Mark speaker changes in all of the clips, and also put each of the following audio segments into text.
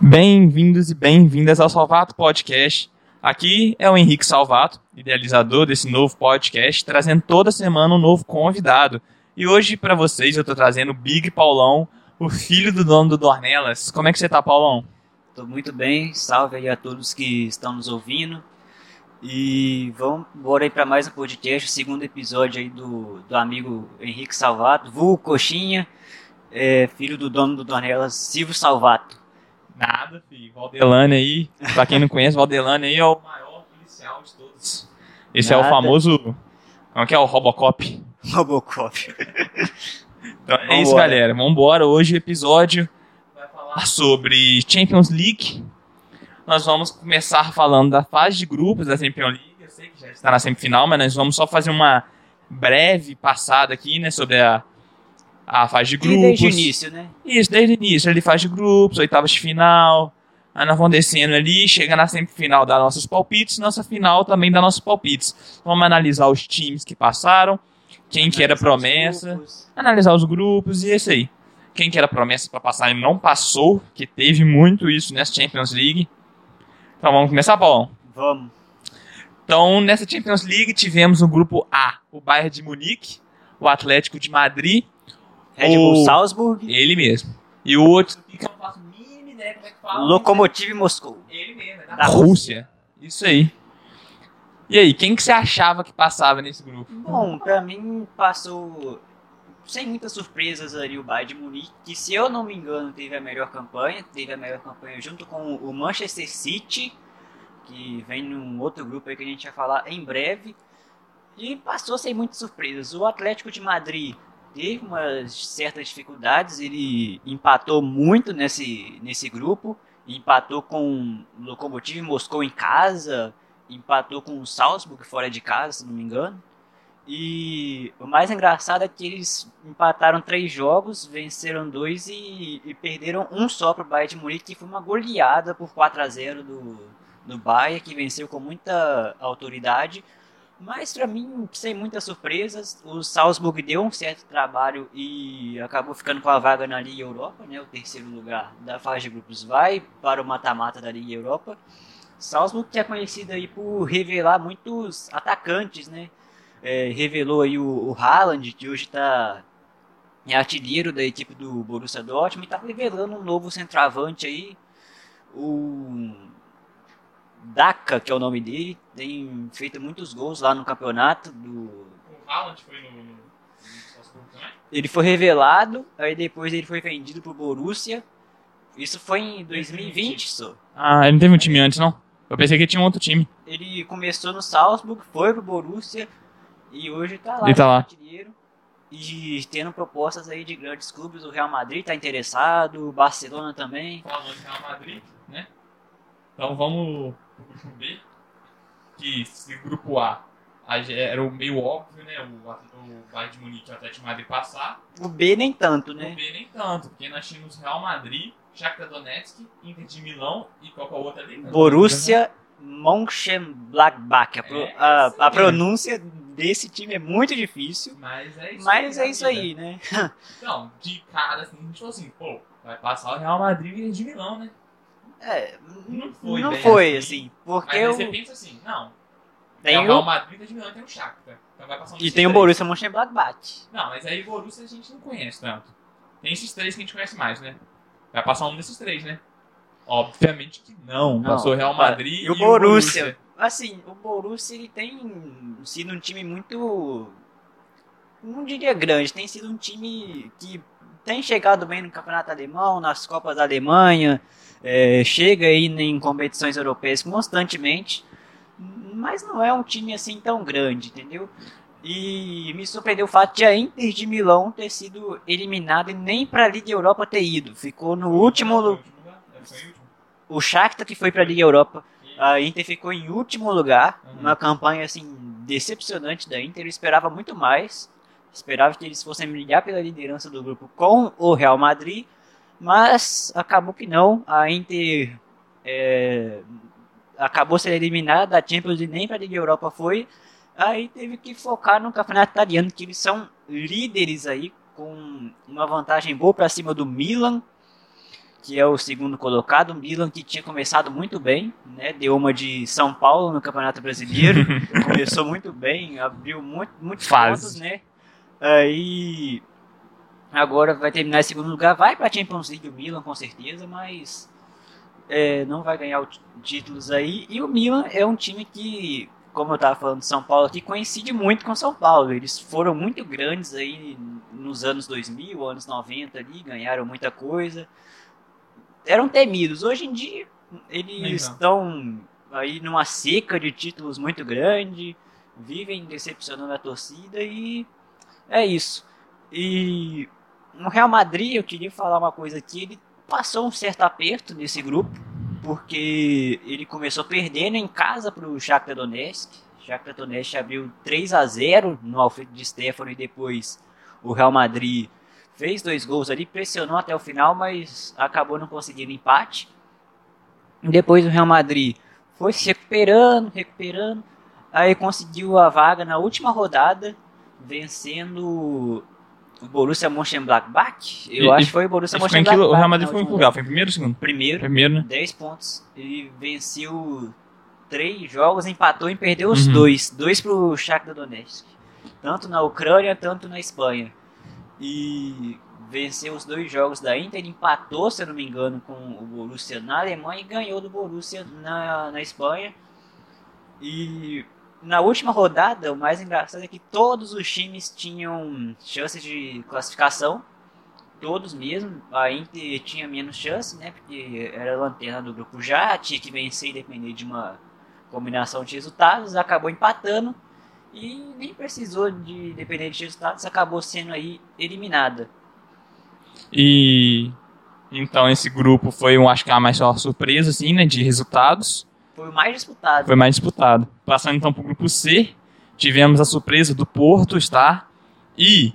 Speaker 1: Bem-vindos e bem-vindas ao Salvato Podcast. Aqui é o Henrique Salvato, idealizador desse novo podcast, trazendo toda semana um novo convidado. E hoje para vocês eu tô trazendo o Big Paulão, o filho do dono do Dornelas. Como é que você tá, Paulão?
Speaker 2: Tô muito bem, salve aí a todos que estão nos ouvindo. E vamos embora aí para mais um podcast, o segundo episódio aí do, do amigo Henrique Salvato, vulgo Coxinha, é, filho do dono do Dornelas, Silvio Salvato.
Speaker 1: Nada, filho. Valdelane aí, pra quem não conhece, Valdelane aí é o maior policial de todos. Esse é o
Speaker 2: Nada.
Speaker 1: famoso. Como é que é o Robocop?
Speaker 2: Robocop.
Speaker 1: Então é isso,
Speaker 2: Vambora.
Speaker 1: galera. Vambora. Hoje o episódio vai falar sobre Champions League. Nós vamos começar falando da fase de grupos da Champions League. Eu sei que já está na semifinal, mas nós vamos só fazer uma breve passada aqui, né, sobre a, a fase de
Speaker 2: E
Speaker 1: grupos.
Speaker 2: desde o início, né?
Speaker 1: Isso, desde o início. Ele faz de grupos, oitavas de final. Aí nós vamos descendo ali, chega na semifinal dá nossos palpites, nossa final também dá nossos palpites. Vamos analisar os times que passaram, quem que
Speaker 2: Analisar
Speaker 1: era
Speaker 2: os
Speaker 1: promessa
Speaker 2: grupos.
Speaker 1: analisar os grupos e é isso aí. Quem que era promessa para passar e não passou, que teve muito isso nessa Champions League. Então vamos começar, Paulão.
Speaker 2: Vamos.
Speaker 1: Então, nessa Champions League tivemos no grupo A, o Bayern de Munique, o Atlético de Madrid,
Speaker 2: Red Bull
Speaker 1: O-
Speaker 2: Salzburg,
Speaker 1: ele mesmo. E o outro, que eu não faço mínima ideia como é que fala.
Speaker 2: Locomotive Moscou.
Speaker 1: Ele mesmo, é da
Speaker 2: Da
Speaker 1: Rússia. Isso aí. E aí, quem que você achava que passava nesse grupo?
Speaker 2: Bom, pra mim passou sem muitas surpresas ali o Bayern de Munique, que se eu não me engano teve a melhor campanha, teve a melhor campanha junto com o Manchester City, que vem num outro grupo aí que a gente vai falar em breve, e passou sem muitas surpresas. O Atlético de Madrid teve umas certas dificuldades, ele empatou muito nesse, nesse grupo, empatou com o Lokomotiv Moscou em casa, empatou com o Salzburg fora de casa, se não me engano. E o mais engraçado é que eles empataram três jogos, venceram dois e, e perderam um só para o Bayern de Munique, que foi uma goleada por 4 a 0 do, do Bayern, que venceu com muita autoridade. Mas para mim, sem muitas surpresas, o Salzburg deu um certo trabalho e acabou ficando com a vaga na Liga Europa, né? O terceiro lugar da fase de grupos vai para o mata-mata da Liga Europa. Salzburg que é conhecido aí por revelar muitos atacantes, né? É, revelou aí o, o Haaland, que hoje está é artilheiro da equipe do Borussia Dortmund, e está revelando um novo centroavante aí, o Daka, que é o nome dele, tem feito muitos gols lá no campeonato do,
Speaker 1: O Haaland foi no...
Speaker 2: ele foi revelado, aí depois ele foi vendido pro Borussia. Isso foi em 2020, só.
Speaker 1: Ah, ele não teve um time antes, não? Eu pensei que tinha um outro time.
Speaker 2: Ele começou no Salzburg, foi pro Borussia e hoje tá lá.
Speaker 1: Ele tá lá.
Speaker 2: artilheiro. E tendo propostas aí de grandes clubes, o Real Madrid tá interessado, o Barcelona também.
Speaker 1: falando assim, Real Madrid, né? Então vamos pro grupo B, que esse grupo A a ge- era o meio óbvio, né? O, At- o Bayern de Munique e o Atlético de Madrid passar.
Speaker 2: O B nem tanto,
Speaker 1: O
Speaker 2: né?
Speaker 1: B nem tanto, porque nós tínhamos Real Madrid, Shakhtar Donetsk, Inter de Milão e qual que é o outro ali?
Speaker 2: Borussia Mönchengladbach. A, pro-
Speaker 1: É,
Speaker 2: a-
Speaker 1: isso
Speaker 2: a
Speaker 1: mesmo.
Speaker 2: pronúncia desse time é muito difícil,
Speaker 1: Mas é isso
Speaker 2: mas
Speaker 1: da
Speaker 2: é isso
Speaker 1: vida.
Speaker 2: aí, né?
Speaker 1: Então, de cara, assim, a gente falou assim, pô, vai passar o Real Madrid e o Inter de Milão, né?
Speaker 2: É,
Speaker 1: Não foi
Speaker 2: não
Speaker 1: bem
Speaker 2: foi
Speaker 1: assim.
Speaker 2: assim, porque
Speaker 1: Mas aí
Speaker 2: eu
Speaker 1: você pensa assim, não, tem o
Speaker 2: tenho
Speaker 1: um Real Madrid, Inter de Milão e tem o Shakhtar. Então vai passar um
Speaker 2: e
Speaker 1: desses
Speaker 2: tem o
Speaker 1: três.
Speaker 2: Borussia Mönchengladbach.
Speaker 1: Não, mas aí Borussia a gente não conhece tanto. Tem esses três que a gente conhece mais, né? Vai passar um desses três, né? Obviamente que não.
Speaker 2: Não.
Speaker 1: Passou o Real Madrid
Speaker 2: E o Borussia. Assim, o Borussia ele tem sido um time muito não diria grande, tem sido um time que tem chegado bem no campeonato alemão, nas Copas da Alemanha, é, chega aí em competições europeias constantemente, mas não é um time assim tão grande, entendeu? E me surpreendeu o fato de a Inter de Milão ter sido eliminada e nem para a Liga Europa ter ido. Ficou no último. lu-
Speaker 1: É,
Speaker 2: O Shakhtar que foi para a Liga Europa a Inter ficou em último lugar,
Speaker 1: Uhum.
Speaker 2: uma campanha assim decepcionante da Inter. Eu esperava muito mais, esperava que eles fossem brigar pela liderança do grupo com o Real Madrid, mas acabou que não. A Inter é, acabou sendo eliminada da Champions e nem para a Liga Europa foi. Aí teve que focar no campeonato italiano, que eles são líderes aí, com uma vantagem boa para cima do Milan, que é o segundo colocado, o Milan que tinha começado muito bem, né? Deu uma de São Paulo no Campeonato Brasileiro, começou muito bem, abriu muito, muitos
Speaker 1: Fase.
Speaker 2: pontos, né? Aí agora vai terminar em segundo lugar, vai para Champions League o Milan com certeza, mas é, não vai ganhar o tí- títulos aí. E o Milan é um time que, como eu tava falando de São Paulo aqui, coincide muito com São Paulo. Eles foram muito grandes aí nos anos 2000, anos 90 ali, ganharam muita coisa. Eram temidos. Hoje em dia, eles
Speaker 1: Nem tanto.
Speaker 2: estão aí numa seca de títulos muito grande, vivem decepcionando a torcida e é isso. E no Real Madrid, eu queria falar uma coisa aqui, ele passou um certo aperto nesse grupo, porque ele começou perdendo em casa para o Shakhtar Donetsk. Shakhtar Donetsk abriu 3 a 0 no Alfredo de Stefano e depois o Real Madrid fez dois gols ali, pressionou até o final, mas acabou não conseguindo empate. Depois o Real Madrid foi se recuperando, recuperando, aí conseguiu a vaga na última rodada, vencendo o Borussia Mönchengladbach. Eu
Speaker 1: E-
Speaker 2: acho
Speaker 1: e-
Speaker 2: que foi o Borussia
Speaker 1: Ele ficou em que-
Speaker 2: Mönchengladbach.
Speaker 1: o Real
Speaker 2: na
Speaker 1: Madrid foi em que
Speaker 2: última
Speaker 1: lugar? Foi em primeiro ou segundo?
Speaker 2: né, primeiro,
Speaker 1: Primeiro, né?
Speaker 2: 10 pontos. Ele venceu três jogos, empatou e perdeu os
Speaker 1: Uhum.
Speaker 2: dois. Dois pro Shakhtar Donetsk. Tanto na Ucrânia, tanto na Espanha. E venceu os dois jogos da Inter, empatou, se eu não me engano, com o Borussia na Alemanha e ganhou do Borussia na, na Espanha. E na última rodada, o mais engraçado é que todos os times tinham chances de classificação todos mesmo. A Inter tinha menos chance, né? Porque era a lanterna do grupo já, tinha que vencer e depender de uma combinação de resultados, acabou empatando e nem precisou de depender de resultados, acabou sendo aí eliminada.
Speaker 1: E então esse grupo foi, eu acho que a mais maior surpresa, assim, né, de resultados.
Speaker 2: Foi o mais disputado.
Speaker 1: Foi mais disputado. Passando então pro grupo C, tivemos a surpresa do Porto estar e,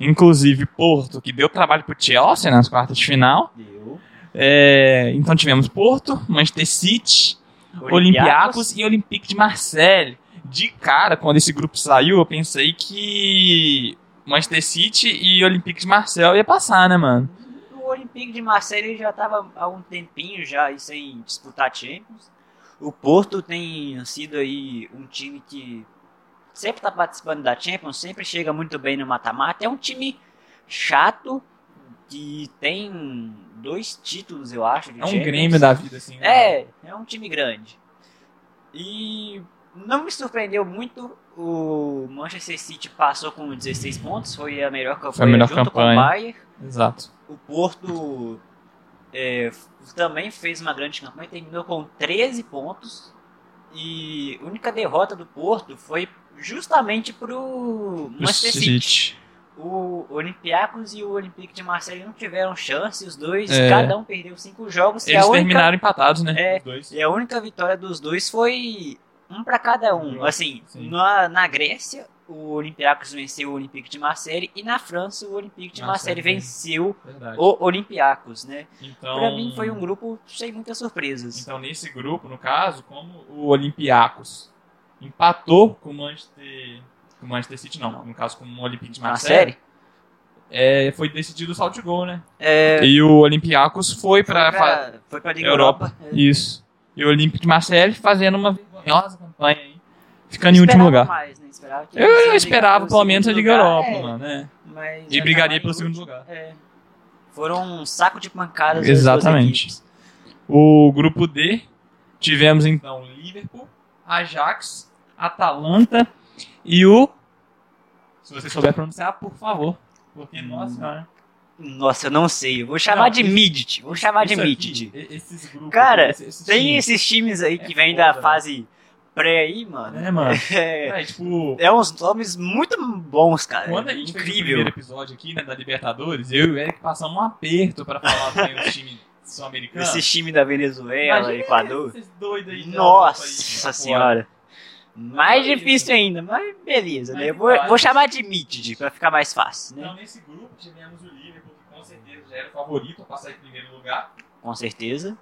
Speaker 1: inclusive, Porto, que deu trabalho pro Chelsea nas quartas de final.
Speaker 2: Deu.
Speaker 1: É, então tivemos Porto, Manchester City, Olympiacos e Olympique de Marseille. De cara, quando esse grupo saiu, eu pensei que Manchester City e Olympique de Marseille ia passar, né, mano?
Speaker 2: O Olympique de Marseille já estava há um tempinho já aí sem disputar Champions. O Porto tem sido aí um time que sempre está participando da Champions, sempre chega muito bem no mata-mata. É um time chato que tem dois títulos, eu acho. de
Speaker 1: É um
Speaker 2: Champions.
Speaker 1: Grêmio da vida, assim.
Speaker 2: É, é um time grande. E não me surpreendeu muito. O Manchester City passou com 16 pontos, foi a melhor campanha
Speaker 1: melhor
Speaker 2: junto com o
Speaker 1: campanha.
Speaker 2: Bayern.
Speaker 1: Exato.
Speaker 2: O Porto é, f- também fez uma grande campanha, terminou com 13 pontos. E a única derrota do Porto foi justamente pro Manchester City. O Olympiacos e o Olympique de Marseille não tiveram chance, os dois,
Speaker 1: É.
Speaker 2: cada um perdeu cinco jogos. e a
Speaker 1: Eles
Speaker 2: única-
Speaker 1: terminaram empatados, né?
Speaker 2: É.
Speaker 1: Os dois.
Speaker 2: e a única vitória dos dois foi um para cada um.
Speaker 1: Uhum,
Speaker 2: Assim,
Speaker 1: sim.
Speaker 2: na, na Grécia, o Olympiacos venceu o Olympique de Marseille e na França, o Olympique de Marseille
Speaker 1: Marseille ganhou.
Speaker 2: venceu
Speaker 1: é Verdade.
Speaker 2: o Olympiacos, né?
Speaker 1: Então,
Speaker 2: Pra mim foi um grupo sem muitas surpresas.
Speaker 1: então, nesse grupo, no caso, como o Olympiacos empatou com o Manchester, com o Manchester City, não, no caso com o Olympique de
Speaker 2: Na
Speaker 1: Marseille,
Speaker 2: série?
Speaker 1: é, foi decidido o salto de gol, né?
Speaker 2: É,
Speaker 1: E o Olympiacos foi pra...
Speaker 2: foi
Speaker 1: fa-
Speaker 2: é, pra, foi pra Liga
Speaker 1: Europa.
Speaker 2: Europa.
Speaker 1: Isso. E o Olympique de Marseille fazendo uma vergonhosa campanha aí, ficando
Speaker 2: Esperava
Speaker 1: em último lugar.
Speaker 2: mais, né? Esperava que
Speaker 1: Eu,
Speaker 2: fosse brigar
Speaker 1: esperava
Speaker 2: pelo
Speaker 1: pelo menos a
Speaker 2: segundo
Speaker 1: Liga
Speaker 2: lugar,
Speaker 1: Europa,
Speaker 2: é,
Speaker 1: mano, né?
Speaker 2: mas
Speaker 1: E
Speaker 2: já tava
Speaker 1: brigaria pelo
Speaker 2: em
Speaker 1: segundo
Speaker 2: último.
Speaker 1: lugar.
Speaker 2: É. Foram um saco de pancadas. as
Speaker 1: Exatamente.
Speaker 2: duas equipes.
Speaker 1: O grupo D, tivemos então Liverpool, Ajax, Atalanta e o. Se você souber pronunciar, por favor. Porque, nossa né? senhora.
Speaker 2: Nossa, eu não sei. Eu vou chamar
Speaker 1: Não,
Speaker 2: de
Speaker 1: isso-
Speaker 2: Midit. Vou chamar de
Speaker 1: Isso é aqui,
Speaker 2: Midit.
Speaker 1: e- Esses grupos.
Speaker 2: Cara,
Speaker 1: esses- esses
Speaker 2: Tem
Speaker 1: times,
Speaker 2: esses times aí que
Speaker 1: É
Speaker 2: vêm
Speaker 1: foda,
Speaker 2: da
Speaker 1: né?
Speaker 2: fase pré aí, mano.
Speaker 1: Né, mano?
Speaker 2: É,
Speaker 1: É, tipo.
Speaker 2: é uns nomes muito bons, cara.
Speaker 1: Quando a gente fez o
Speaker 2: Incrível.
Speaker 1: primeiro episódio aqui, né, da Libertadores, eu e o Eric passamos um aperto pra falar bem os times sul-americanos.
Speaker 2: Esse time da Venezuela,
Speaker 1: Imagina
Speaker 2: Equador.
Speaker 1: esses doidos aí tipo, da Europa aí,
Speaker 2: Nossa
Speaker 1: fora.
Speaker 2: senhora. Mais difícil ainda, mas beleza, né? Eu Vou, vou chamar de Midid pra ficar mais fácil, né?
Speaker 1: Então, nesse grupo, tivemos o Liverpool, que com certeza já era o favorito a passar em primeiro lugar.
Speaker 2: Com certeza.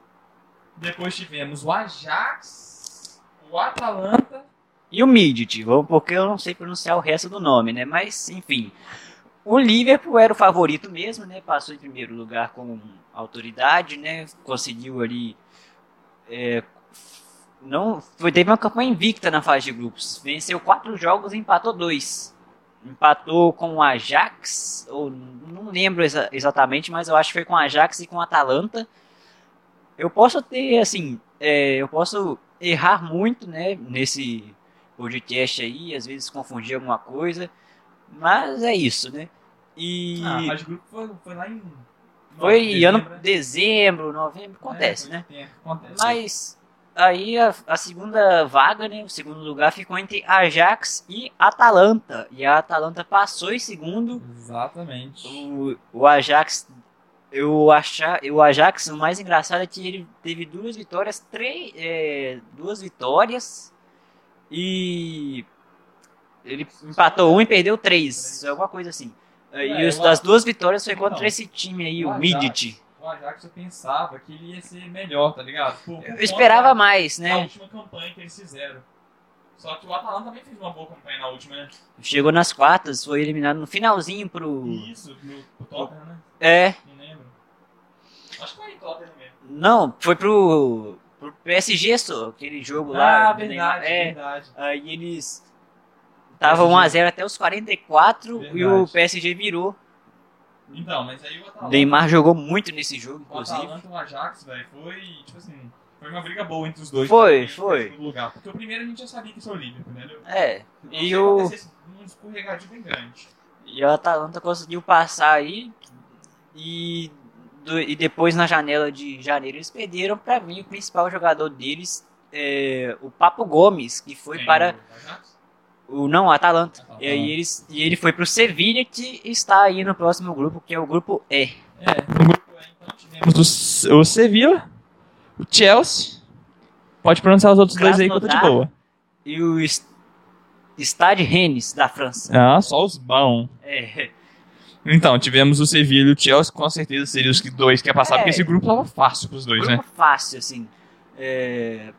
Speaker 1: Depois tivemos o Ajax, o Atalanta.
Speaker 2: E o Midid, vamos- porque eu não sei pronunciar o resto do nome, né? Mas, enfim. O Liverpool era o favorito mesmo, né? Passou em primeiro lugar com autoridade, né? Conseguiu ali. é, não, foi, teve uma campanha invicta na fase de grupos. Venceu quatro jogos e empatou dois. Empatou com o Ajax, ou não lembro exa- exatamente, mas eu acho que foi com o Ajax e com o Atalanta. Eu posso ter, assim, é, eu posso errar muito, né? Nesse podcast aí, às vezes confundir alguma coisa. Mas é isso, né? E
Speaker 1: Ah, mas o grupo foi, foi lá em.
Speaker 2: foi
Speaker 1: Dezembro,
Speaker 2: ano
Speaker 1: né?
Speaker 2: dezembro, novembro, acontece,
Speaker 1: É,
Speaker 2: né?
Speaker 1: é, acontece.
Speaker 2: Mas aí a, a segunda vaga, né? O segundo lugar ficou entre Ajax e Atalanta. E a Atalanta passou em segundo.
Speaker 1: Exatamente.
Speaker 2: O, o Ajax. Eu achar, o Ajax, o mais engraçado é que ele teve duas vitórias, três, é, duas vitórias e ele empatou um e perdeu três, alguma coisa assim. E
Speaker 1: É,
Speaker 2: os,
Speaker 1: eu acho-
Speaker 2: as duas vitórias foi contra
Speaker 1: Então,
Speaker 2: esse time aí,
Speaker 1: o
Speaker 2: o
Speaker 1: Ajax,
Speaker 2: Midit.
Speaker 1: O Ajax eu pensava que ele ia ser melhor, tá ligado? Por- por
Speaker 2: Eu esperava
Speaker 1: conta
Speaker 2: mais,
Speaker 1: da
Speaker 2: né?
Speaker 1: última campanha que eles fizeram. Só que o Atalanta também fez uma boa campanha na última, né?
Speaker 2: Chegou nas quartas, foi eliminado no finalzinho pro.
Speaker 1: Isso, pro, pro Tottenham, né?
Speaker 2: É,
Speaker 1: Não lembro. Acho que foi em Tottenham mesmo.
Speaker 2: não, foi pro, pro PSG só, aquele jogo lá.
Speaker 1: ah,
Speaker 2: do Neymar.
Speaker 1: verdade,
Speaker 2: É,
Speaker 1: verdade.
Speaker 2: Aí eles estavam 1x0 até os 44 e o
Speaker 1: Verdade.
Speaker 2: PSG virou.
Speaker 1: Então, mas aí o Atalanta.
Speaker 2: Neymar jogou muito nesse jogo,
Speaker 1: O
Speaker 2: inclusive.
Speaker 1: Atalanta e o Ajax, velho, foi, tipo assim, foi uma briga boa entre os dois.
Speaker 2: Foi,
Speaker 1: pra quem
Speaker 2: foi.
Speaker 1: fica em segundo Lugar. Porque o primeiro a gente já sabia que isso é o Liverpool, entendeu?
Speaker 2: É. E
Speaker 1: Se
Speaker 2: o,
Speaker 1: acontecesse Um escorregadinho bem grande.
Speaker 2: e o Atalanta conseguiu passar aí. E, do- e depois na janela de janeiro eles perderam. Pra mim, o principal jogador deles é o Papo Gomes, que foi
Speaker 1: Quem,
Speaker 2: para
Speaker 1: o Ajax?
Speaker 2: o. Não, o Atalanta.
Speaker 1: Atalanta.
Speaker 2: E, aí eles, e ele foi pro Sevilha, que está aí no próximo grupo, que é o grupo E.
Speaker 1: É, no grupo E, então tivemos o, o Sevilla, o Chelsea. Pode pronunciar os outros dois aí que eu tô de
Speaker 2: Krasnodar.
Speaker 1: boa.
Speaker 2: E o Est- Stade Rennes, da França.
Speaker 1: Ah, só os bons.
Speaker 2: É,
Speaker 1: Então, tivemos o Sevilla e o Chelsea, com certeza seriam os que- dois que ia passar,
Speaker 2: É.
Speaker 1: porque esse grupo tava fácil pros dois,
Speaker 2: grupo
Speaker 1: né?
Speaker 2: fácil, assim. É,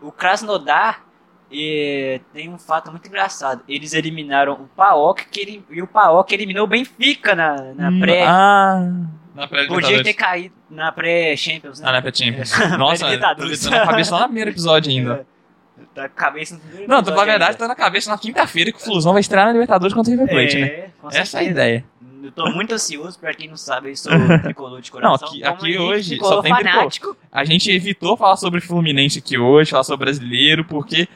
Speaker 2: o Krasnodar é, tem um fato muito engraçado. Eles eliminaram o PAOK que ele, e o PAOK eliminou o Benfica na, na
Speaker 1: Hum,
Speaker 2: pré.
Speaker 1: Ah, na pré
Speaker 2: Podia ter caído na pré-Champions, né?
Speaker 1: Ah, na pré Champions. Nossa, tô
Speaker 2: Libertadores.
Speaker 1: na cabeça lá no primeiro episódio ainda.
Speaker 2: É, tá com a cabeça no primeiro
Speaker 1: Não, tô, na
Speaker 2: episódio
Speaker 1: verdade,
Speaker 2: ainda.
Speaker 1: tá na cabeça na quinta-feira que o Flusão vai estrear na Libertadores contra o River Plate, né?
Speaker 2: É, com
Speaker 1: Essa é a
Speaker 2: certeza.
Speaker 1: ideia.
Speaker 2: Eu tô muito ansioso, pra quem não sabe, eu sou tricolor de coração.
Speaker 1: aqui-
Speaker 2: como
Speaker 1: aqui
Speaker 2: a gente
Speaker 1: hoje
Speaker 2: tricolor
Speaker 1: só tem tricolor.
Speaker 2: fanático.
Speaker 1: A gente evitou falar sobre Fluminense aqui hoje, falar sobre brasileiro, porque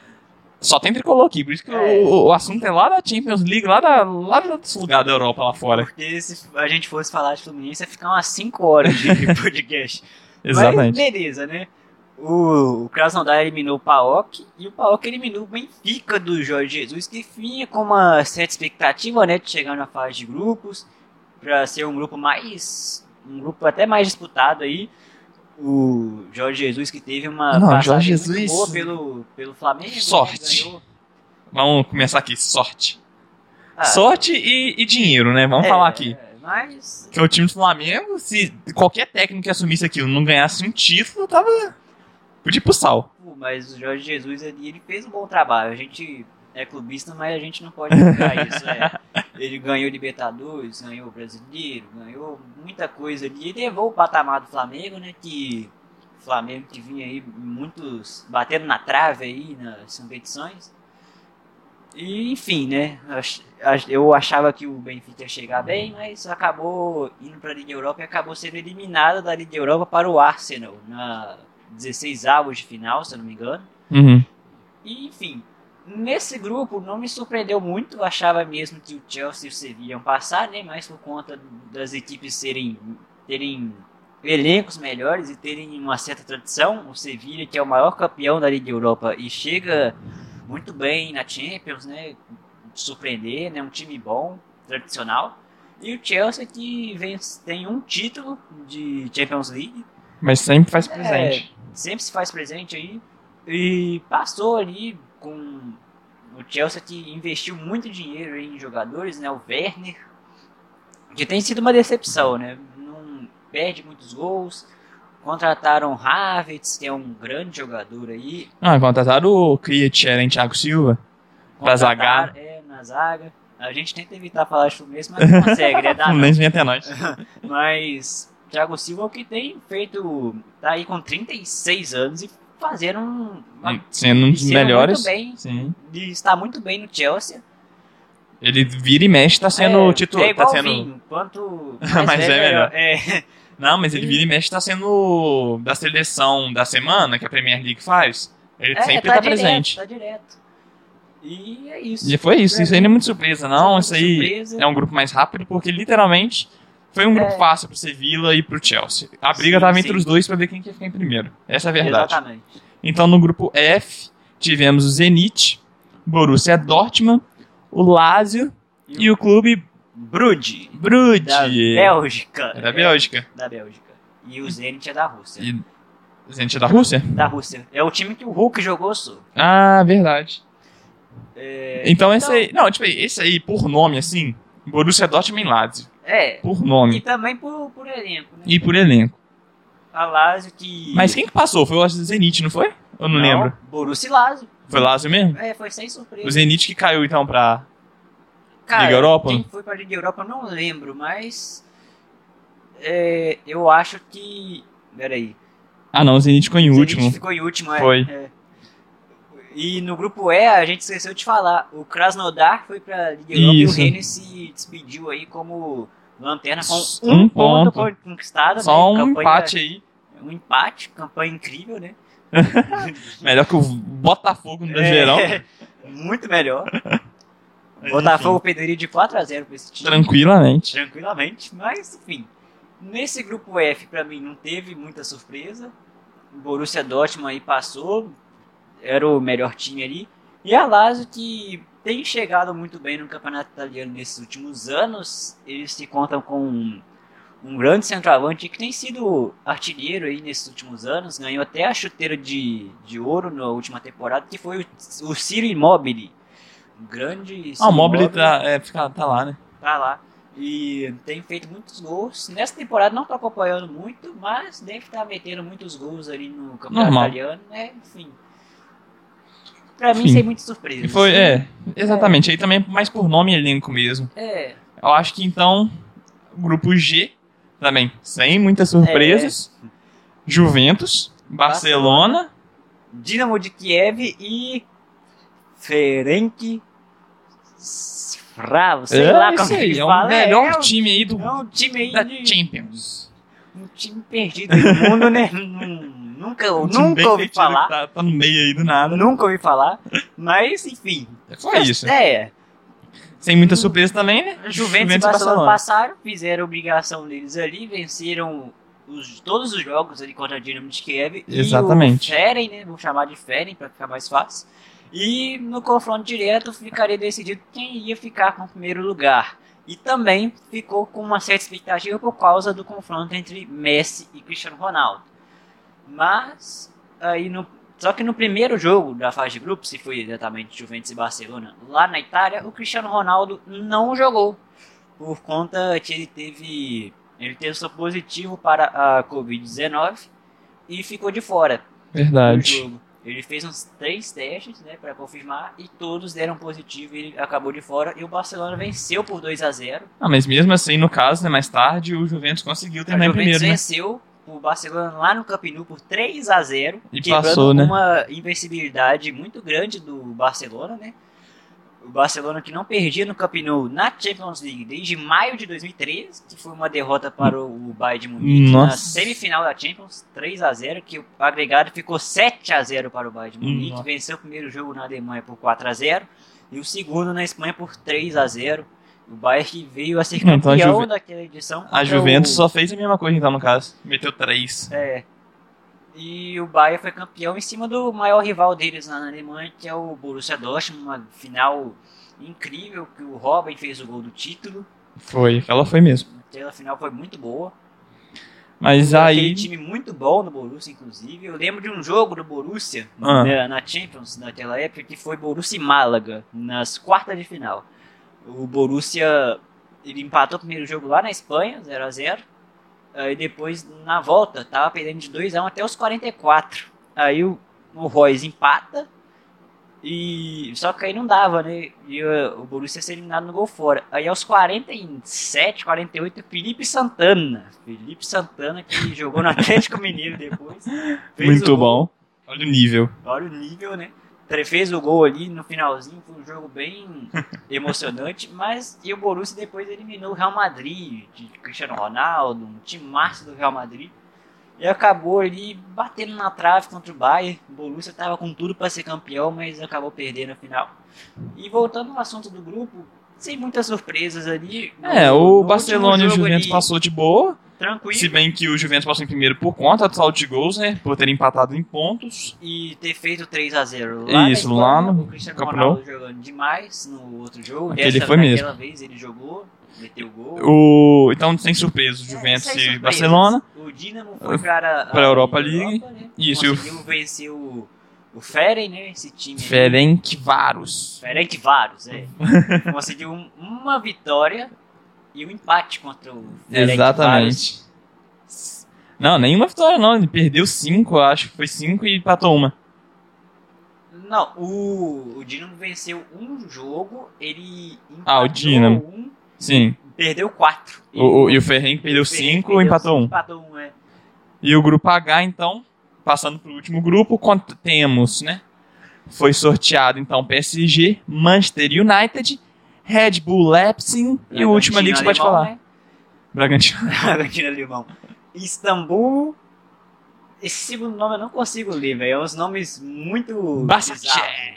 Speaker 1: só tem tricolor aqui. Por isso que
Speaker 2: É.
Speaker 1: o, o assunto é lá da Champions League, lá, da, lá do outro lugar da Europa, lá fora.
Speaker 2: Porque se a gente fosse falar de Fluminense, ia ficar umas 5 horas de podcast.
Speaker 1: Exatamente.
Speaker 2: Mas beleza, né? O, o Krasnodar eliminou o Paok e o Paok eliminou o Benfica do Jorge Jesus, que vinha com uma certa expectativa, né? De chegar na fase de grupos, pra ser um grupo mais. um grupo até mais disputado aí. O Jorge Jesus que teve uma
Speaker 1: Não,
Speaker 2: passagem
Speaker 1: Jorge
Speaker 2: muito
Speaker 1: Jesus-
Speaker 2: boa pelo, pelo Flamengo. né,
Speaker 1: Sorte.
Speaker 2: ganhou-
Speaker 1: Vamos começar aqui, sorte.
Speaker 2: Ah,
Speaker 1: Sorte e, e dinheiro, né? Vamos
Speaker 2: é,
Speaker 1: falar aqui.
Speaker 2: Mas
Speaker 1: Que É o time do Flamengo, se qualquer técnico que assumisse aquilo não ganhasse um título, tava. Podia ir pro sal.
Speaker 2: Pô, tipo, Mas o Jorge Jesus ele ele fez um bom trabalho. A gente é clubista, mas a gente não pode negar isso. é. Ele ganhou Libertadores, ganhou o Brasileiro, ganhou muita coisa ali. Ele levou o patamar do Flamengo, né? Que o Flamengo que vinha aí muitos batendo na trave aí nas competições. E enfim, né? ach- ach- Eu achava que o Benfica ia chegar bem, mas acabou indo para a Liga Europa e acabou sendo eliminado da Liga Europa para o Arsenal na 16 avos de final, se eu não me engano.
Speaker 1: Uhum.
Speaker 2: E, enfim, nesse grupo não me surpreendeu muito. Eu achava mesmo que o Chelsea e o Sevilla iam passar, né? Mas por conta das equipes serem, terem elencos melhores e terem uma certa tradição, o Sevilla, que é o maior campeão da Liga Europa e chega muito bem na Champions, né? Surpreender, né? Um time bom, tradicional. E o Chelsea que vence, tem um título de Champions League,
Speaker 1: Mas sempre faz
Speaker 2: É.
Speaker 1: presente.
Speaker 2: sempre se faz presente aí. E passou ali com o Chelsea que investiu muito dinheiro em jogadores, né? O Werner, que tem sido uma decepção, né? Não perde muitos gols. Contrataram Havertz, que é um grande jogador aí.
Speaker 1: Ah, contrataram o Krietcher, hein, Thiago Silva. Pra
Speaker 2: Contrataram-
Speaker 1: zagar.
Speaker 2: É, na zaga. A gente tenta evitar falar de Fluminense, mas não consegue, né? Dá não.
Speaker 1: Fluminense vem até nós.
Speaker 2: Mas Thiago Silva é o que tem feito, tá aí com 36 anos e fazendo um...
Speaker 1: Sendo um dos
Speaker 2: sendo
Speaker 1: melhores.
Speaker 2: Muito bem,
Speaker 1: Sim.
Speaker 2: e está muito bem no Chelsea.
Speaker 1: Ele vira e mexe, tá sendo
Speaker 2: é,
Speaker 1: titular.
Speaker 2: É
Speaker 1: tá
Speaker 2: igual
Speaker 1: sendo...
Speaker 2: vinho, quanto mais,
Speaker 1: Mas é
Speaker 2: velho,
Speaker 1: melhor.
Speaker 2: É,
Speaker 1: Não, mas ele vira e mexe, tá sendo da seleção da semana que a Premier League faz. Ele
Speaker 2: é,
Speaker 1: sempre
Speaker 2: tá,
Speaker 1: tá,
Speaker 2: direto,
Speaker 1: presente.
Speaker 2: Tá direto. E é isso.
Speaker 1: E foi isso, isso aí não é muito surpresa, não.
Speaker 2: Muita
Speaker 1: Isso aí
Speaker 2: surpresa.
Speaker 1: é um grupo mais rápido, porque literalmente foi um grupo
Speaker 2: É.
Speaker 1: fácil pro Sevilla e pro Chelsea. A briga
Speaker 2: Sim,
Speaker 1: tava
Speaker 2: sim.
Speaker 1: entre os dois pra ver quem que ia ficar em primeiro. Essa é a verdade.
Speaker 2: Exatamente.
Speaker 1: Então no grupo F tivemos o Zenit, Borussia Dortmund, o Lazio e o clube É,
Speaker 2: Brude.
Speaker 1: Brude.
Speaker 2: Da Bélgica.
Speaker 1: Da Bélgica.
Speaker 2: É, da Bélgica. E o Zenit é da Rússia.
Speaker 1: E- Zenit é da Rússia?
Speaker 2: Da Rússia. É o time que o Hulk jogou, sou.
Speaker 1: Ah, verdade.
Speaker 2: É,
Speaker 1: Então esse aí, não, tipo, esse aí por nome assim, Borussia Dortmund e Lazio,
Speaker 2: é.
Speaker 1: por
Speaker 2: E
Speaker 1: nome
Speaker 2: também por, por elenco, né?
Speaker 1: e por elenco.
Speaker 2: A Lazio que...
Speaker 1: Mas quem que passou? Foi o Zenit, não foi? Eu não, lembro.
Speaker 2: Borussia e Lazio.
Speaker 1: Foi o Lazio mesmo?
Speaker 2: É, foi sem
Speaker 1: O
Speaker 2: surpresa.
Speaker 1: Zenit que caiu então pra
Speaker 2: Cara,
Speaker 1: Liga Europa?
Speaker 2: quem foi pra Liga Europa eu não lembro, mas... é, eu acho que... Peraí.
Speaker 1: Ah, não, o Zenit ficou em
Speaker 2: Zenit
Speaker 1: último.
Speaker 2: ficou em último, é.
Speaker 1: Foi.
Speaker 2: é. E no grupo E, a gente esqueceu de falar, o Krasnodar foi pra Liga Europa
Speaker 1: Isso.
Speaker 2: e o Rennes se despediu aí como lanterna
Speaker 1: S-
Speaker 2: com
Speaker 1: um
Speaker 2: um ponto,
Speaker 1: ponto.
Speaker 2: conquistado.
Speaker 1: Só
Speaker 2: né?
Speaker 1: um
Speaker 2: Campanha-
Speaker 1: empate aí.
Speaker 2: Um empate, campanha incrível, né?
Speaker 1: Melhor que o Botafogo no Brasileirão.
Speaker 2: É, muito melhor.
Speaker 1: Mas,
Speaker 2: Botafogo perderia de 4x0 pra esse
Speaker 1: enfim,
Speaker 2: time.
Speaker 1: Tranquilamente.
Speaker 2: tranquilamente, mas enfim. Nesse grupo F, pra mim, não teve muita surpresa. O Borussia Dortmund aí passou, era o melhor time ali. E a Lazio, que tem chegado muito bem no campeonato italiano nesses últimos anos, eles se contam com um, um grande centroavante que tem sido artilheiro aí nesses últimos anos, ganhou até a chuteira de, de ouro na última temporada, que foi o, o Ciro Immobile. Um grande
Speaker 1: Ah,
Speaker 2: Ciro
Speaker 1: o Mobile
Speaker 2: Immobile
Speaker 1: tá, é, fica- tá lá, né?
Speaker 2: tá lá. E tem feito muitos gols. Nessa temporada não tô acompanhando muito, mas deve estar metendo muitos gols ali no campeonato
Speaker 1: Normal.
Speaker 2: italiano, né? Enfim. Pra mim,
Speaker 1: Enfim.
Speaker 2: sem muita surpresa.
Speaker 1: E foi, é, exatamente. Aí também é mais por nome e elenco mesmo.
Speaker 2: É,
Speaker 1: Eu acho que então, o grupo G também, sem muitas surpresas.
Speaker 2: É.
Speaker 1: Juventus, Barcelona,
Speaker 2: Dinamo de Kiev e. Ferenc. Fravo, sei
Speaker 1: é
Speaker 2: lá
Speaker 1: isso
Speaker 2: como é
Speaker 1: aí,
Speaker 2: que
Speaker 1: é o
Speaker 2: fala.
Speaker 1: melhor
Speaker 2: é,
Speaker 1: time aí do,
Speaker 2: É um time
Speaker 1: da
Speaker 2: aí de,
Speaker 1: Champions.
Speaker 2: um time perdido do mundo, né? Nun- Nunca,
Speaker 1: Um time bem
Speaker 2: nunca ouvi
Speaker 1: metido que
Speaker 2: falar.
Speaker 1: Tá, tá no meio aí do nada.
Speaker 2: Nunca ouvi falar. Mas, enfim.
Speaker 1: Foi isso.
Speaker 2: É,
Speaker 1: Sem muita surpresa também, né?
Speaker 2: Juventus e Barcelona passaram, fizeram a obrigação deles ali, venceram os- todos os jogos ali contra a Dinamo de Kiev.
Speaker 1: Exatamente.
Speaker 2: E o Feren, né? Vamos chamar de Feren para ficar mais fácil. E no confronto direto ficaria decidido quem ia ficar com o primeiro lugar. E também ficou com uma certa expectativa por causa do confronto entre Messi e Cristiano Ronaldo. Mas aí no só que no primeiro jogo da fase de grupos, se foi exatamente Juventus e Barcelona, lá na Itália, o Cristiano Ronaldo não jogou. Por conta que ele teve. Ele testou positivo para a Covid-19 e ficou de fora do
Speaker 1: Verdade.
Speaker 2: jogo. Ele fez uns três testes né, para confirmar e todos deram positivo e ele acabou de fora. E o Barcelona venceu por 2 a 0
Speaker 1: Ah, mas mesmo assim, no caso, né, mais tarde, o Juventus conseguiu
Speaker 2: A
Speaker 1: terminar em
Speaker 2: Juventus
Speaker 1: primeiro, né?
Speaker 2: venceu o Barcelona lá no Camp Nou por 3 a 0
Speaker 1: E
Speaker 2: quebrando
Speaker 1: passou, né?
Speaker 2: uma invencibilidade muito grande do Barcelona, né? O Barcelona que não perdia no Camp Nou na Champions League desde maio de 2013, que foi uma derrota para o Bayern de Munique na
Speaker 1: Nossa.
Speaker 2: semifinal da Champions, 3 a 0 que o agregado ficou 7 a 0 para o Bayern de Munique,
Speaker 1: Hum, Nossa.
Speaker 2: venceu o primeiro jogo na Alemanha por 4 a 0 e o segundo na Espanha por 3 a 0 O Bayern que veio a ser
Speaker 1: Então, a
Speaker 2: campeão
Speaker 1: Juve-
Speaker 2: daquela edição.
Speaker 1: né? A
Speaker 2: contra
Speaker 1: Juventus
Speaker 2: é o-
Speaker 1: só fez a mesma coisa, então, no caso. Meteu três.
Speaker 2: é. E o Bayern foi campeão em cima do maior rival deles lá na Alemanha, que é o Borussia Dortmund, uma final incrível que o Robin fez o gol do título.
Speaker 1: Foi, ela foi mesmo.
Speaker 2: Aquela final foi muito boa.
Speaker 1: Mas
Speaker 2: Aquele
Speaker 1: aí.
Speaker 2: time muito bom no Borussia, inclusive. Eu lembro de um jogo do Borussia
Speaker 1: Ah.
Speaker 2: né, na Champions naquela época que foi Borussia e Málaga nas quartas de final. O Borussia ele empatou o primeiro jogo lá na Espanha, 0 a 0. Aí depois na volta tava um perdendo de 2 a 1 até os 44. Aí o, o Royce empata E só que aí não dava, né? E uh, o Borussia ia ser eliminado no gol fora. Aí aos 47, 48, Felipe Santana. Felipe Santana que jogou no Atlético Mineiro depois. fez
Speaker 1: Muito
Speaker 2: o gol.
Speaker 1: bom. Olha o nível.
Speaker 2: Olha o nível, né? Ele fez o gol ali no finalzinho, foi um jogo bem emocionante, mas e o Borussia depois eliminou o Real Madrid, de Cristiano Ronaldo, um time massa do Real Madrid, e acabou ali batendo na trave contra o Bayern. O Borussia estava com tudo para ser campeão, mas acabou perdendo a final. E voltando ao assunto do grupo, sem muitas surpresas ali. no-
Speaker 1: É,
Speaker 2: no
Speaker 1: o
Speaker 2: último
Speaker 1: Barcelona e o
Speaker 2: jogo
Speaker 1: Juventus
Speaker 2: ali,
Speaker 1: passou de boa.
Speaker 2: tranquilo.
Speaker 1: Se bem que o Juventus passou em primeiro por conta do saldo de gols, né? Por ter empatado em pontos.
Speaker 2: e ter feito 3 a 0 lá
Speaker 1: Isso,
Speaker 2: na
Speaker 1: lá
Speaker 2: Espanha,
Speaker 1: no
Speaker 2: o Cristiano
Speaker 1: Camp
Speaker 2: Ronaldo jogando demais no outro jogo.
Speaker 1: Aquele
Speaker 2: Dessa-
Speaker 1: foi
Speaker 2: daquela
Speaker 1: mesmo.
Speaker 2: vez ele jogou, meteu gol.
Speaker 1: O... Então, sem surpresa, o
Speaker 2: É,
Speaker 1: Juventus
Speaker 2: sem
Speaker 1: e
Speaker 2: surpresas.
Speaker 1: Barcelona.
Speaker 2: O Dinamo foi para
Speaker 1: pra Europa League.
Speaker 2: né?
Speaker 1: Isso, e o-
Speaker 2: Conseguiu vencer o, o Feren, né? Esse time. aí.
Speaker 1: Ferenc Varos.
Speaker 2: Ferenc Varos, é. Conseguiu um- uma vitória e um empate contra o Ferenc Varos.
Speaker 1: Exatamente. Não, nenhuma vitória não. Ele perdeu cinco, eu acho que foi cinco e empatou uma.
Speaker 2: Não, o, o Dinamo venceu um jogo, ele
Speaker 1: Ah, o
Speaker 2: empatou
Speaker 1: Dinamo.
Speaker 2: um
Speaker 1: Sim.
Speaker 2: Perdeu 4.
Speaker 1: O, o- e o Ferenc perdeu cinco e empatou um.
Speaker 2: Empatou um, é.
Speaker 1: E o grupo H, então, passando para o último grupo, quanto temos, né? Foi sorteado, então, PSG, Manchester United, Red Bull Leipzig e o último ali que você pode
Speaker 2: Bragantino
Speaker 1: falar. Bragantino.
Speaker 2: alemão, né? Bragantino alemão. Istambul. Esse segundo nome eu não consigo ler, velho. É uns nomes muito. bizarros.
Speaker 1: Bassaché.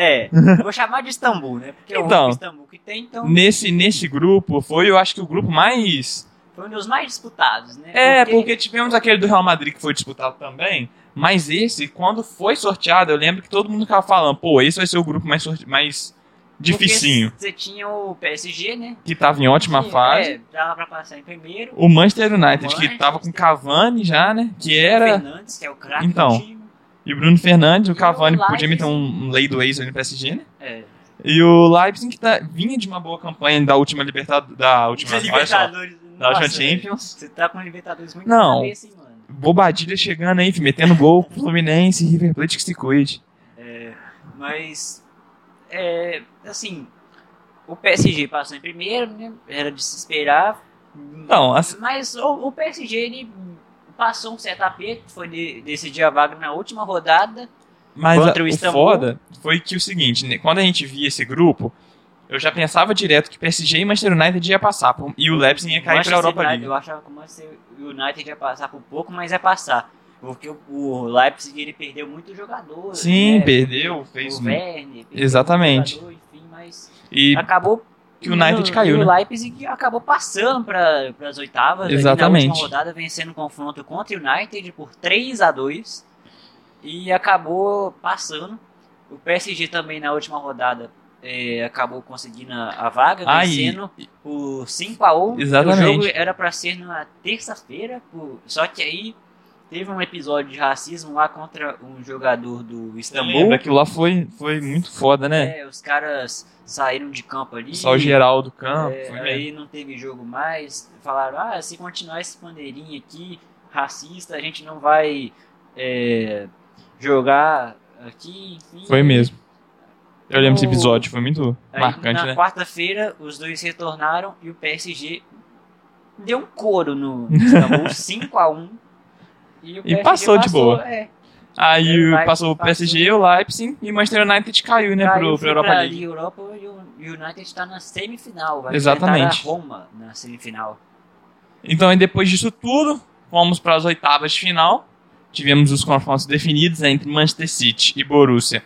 Speaker 2: É, vou chamar de Istambul, né? Porque é o
Speaker 1: Então.
Speaker 2: único Istambul que tem, então
Speaker 1: Nesse, nesse grupo foi, eu acho que o grupo mais.
Speaker 2: foi um dos mais disputados, né?
Speaker 1: É, porque tivemos aquele do Real Madrid que foi disputado também. Mas esse, quando foi sorteado, eu lembro que todo mundo ficava falando, pô, esse vai ser o grupo mais, sorte- mais dificinho.
Speaker 2: Você tinha o PSG, né?
Speaker 1: Que tava em ótima
Speaker 2: Que,
Speaker 1: fase.
Speaker 2: É, dava pra passar em primeiro.
Speaker 1: O Manchester United, que
Speaker 2: Manchester.
Speaker 1: tava com Cavani já, né? Que
Speaker 2: O
Speaker 1: era.
Speaker 2: Fernandes, que é o craque
Speaker 1: Então.
Speaker 2: do time.
Speaker 1: E o Bruno Fernandes, o
Speaker 2: E o
Speaker 1: Cavani
Speaker 2: Leipzig.
Speaker 1: podia meter um um lei do ex ali no PSG, né?
Speaker 2: É.
Speaker 1: E o Leipzig que tá, vinha de uma boa campanha da última Libertadores. Da última. Olha só.
Speaker 2: Libertadores.
Speaker 1: Da última
Speaker 2: nossa, velho.
Speaker 1: Champions.
Speaker 2: Você tá com o Libertadores muito
Speaker 1: Não.
Speaker 2: na cabeça, hein, mano.
Speaker 1: Bobadilha chegando aí, fi, metendo gol. Fluminense, River Plate que se cuide.
Speaker 2: Mas, é, assim, o PSG passou em primeiro, né? Era de se esperar.
Speaker 1: Não, assim,
Speaker 2: Mas o, o PSG, ele passou um certo aperto, foi de, decidir a vaga na última rodada.
Speaker 1: mas
Speaker 2: Contra
Speaker 1: a-
Speaker 2: o
Speaker 1: o
Speaker 2: Istambul.
Speaker 1: foda foi que o seguinte, né, quando a gente via esse grupo, eu já pensava direto que PSG e Manchester United ia passar. pô, E o Leipzig ia é cair pra
Speaker 2: Manchester
Speaker 1: Europa
Speaker 2: United,
Speaker 1: League.
Speaker 2: Eu achava que o Manchester United ia passar por pouco, mas ia passar. Porque o, o Leipzig, ele perdeu muito jogador.
Speaker 1: Sim,
Speaker 2: né?
Speaker 1: perdeu, fez
Speaker 2: O
Speaker 1: um-
Speaker 2: Werner, perdeu
Speaker 1: Exatamente.
Speaker 2: muito Jogador, enfim, mas...
Speaker 1: E
Speaker 2: acabou
Speaker 1: que o United
Speaker 2: e
Speaker 1: caiu,
Speaker 2: o
Speaker 1: né?
Speaker 2: Leipzig acabou passando para as oitavas ali
Speaker 1: Exatamente.
Speaker 2: na última rodada vencendo o confronto contra o United por 3 a 2 e acabou passando o PSG também na última rodada eh, acabou conseguindo a a vaga
Speaker 1: Ah, e-
Speaker 2: vencendo por 5 a 1
Speaker 1: Exatamente.
Speaker 2: o jogo era para ser na terça-feira por- só que aí teve um episódio de racismo lá contra um jogador do Istambul
Speaker 1: lembra, aquilo lá foi, foi muito foda, né?
Speaker 2: É, os caras saíram de campo ali
Speaker 1: Só o geral do campo.
Speaker 2: é,
Speaker 1: foi meio-
Speaker 2: aí não teve jogo mais. Falaram, ah, se continuar esse bandeirinho aqui, racista, a gente não vai é, jogar aqui, enfim.
Speaker 1: Foi mesmo. Eu lembro desse
Speaker 2: O-
Speaker 1: episódio, foi muito
Speaker 2: Aí,
Speaker 1: marcante,
Speaker 2: na
Speaker 1: né?
Speaker 2: quarta-feira, os dois retornaram e o PSG deu um couro no Istambul, 5x1. E, o PSG
Speaker 1: passou de boa.
Speaker 2: É,
Speaker 1: Aí
Speaker 2: Leipzig
Speaker 1: passou o PSG, o Leipzig e o Manchester United caiu, né,
Speaker 2: caiu,
Speaker 1: pro,
Speaker 2: foi
Speaker 1: pra Europa
Speaker 2: pra
Speaker 1: League.
Speaker 2: Europa e o United está na semifinal. Vai
Speaker 1: Exatamente.
Speaker 2: enfrentar a Roma na semifinal.
Speaker 1: Então, aí depois disso tudo, fomos para as oitavas de final. Tivemos os confrontos definidos entre Manchester City e Borussia.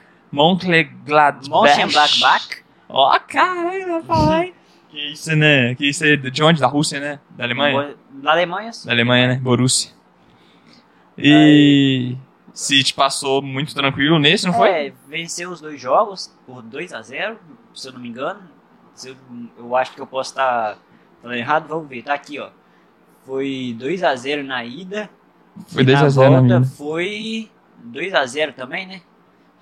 Speaker 1: Mönchengladbach.
Speaker 2: Mönchengladbach
Speaker 1: Ó, caralho, vai falar, hein? Que isso, né? Que isso é de onde? Da Rússia, né? Da Alemanha?
Speaker 2: Da Alemanha,
Speaker 1: da Alemanha, né? Borussia. E City passou muito tranquilo nesse, não foi?
Speaker 2: É, venceu os dois jogos por 2 a 0 se eu não me engano. Se eu, eu acho que eu posso estar falando errado, vamos ver. Tá aqui, ó. Foi 2 a 0 na ida.
Speaker 1: Foi
Speaker 2: e
Speaker 1: 2
Speaker 2: na
Speaker 1: a 0 na
Speaker 2: volta
Speaker 1: minha.
Speaker 2: Foi 2 a 0 também, né?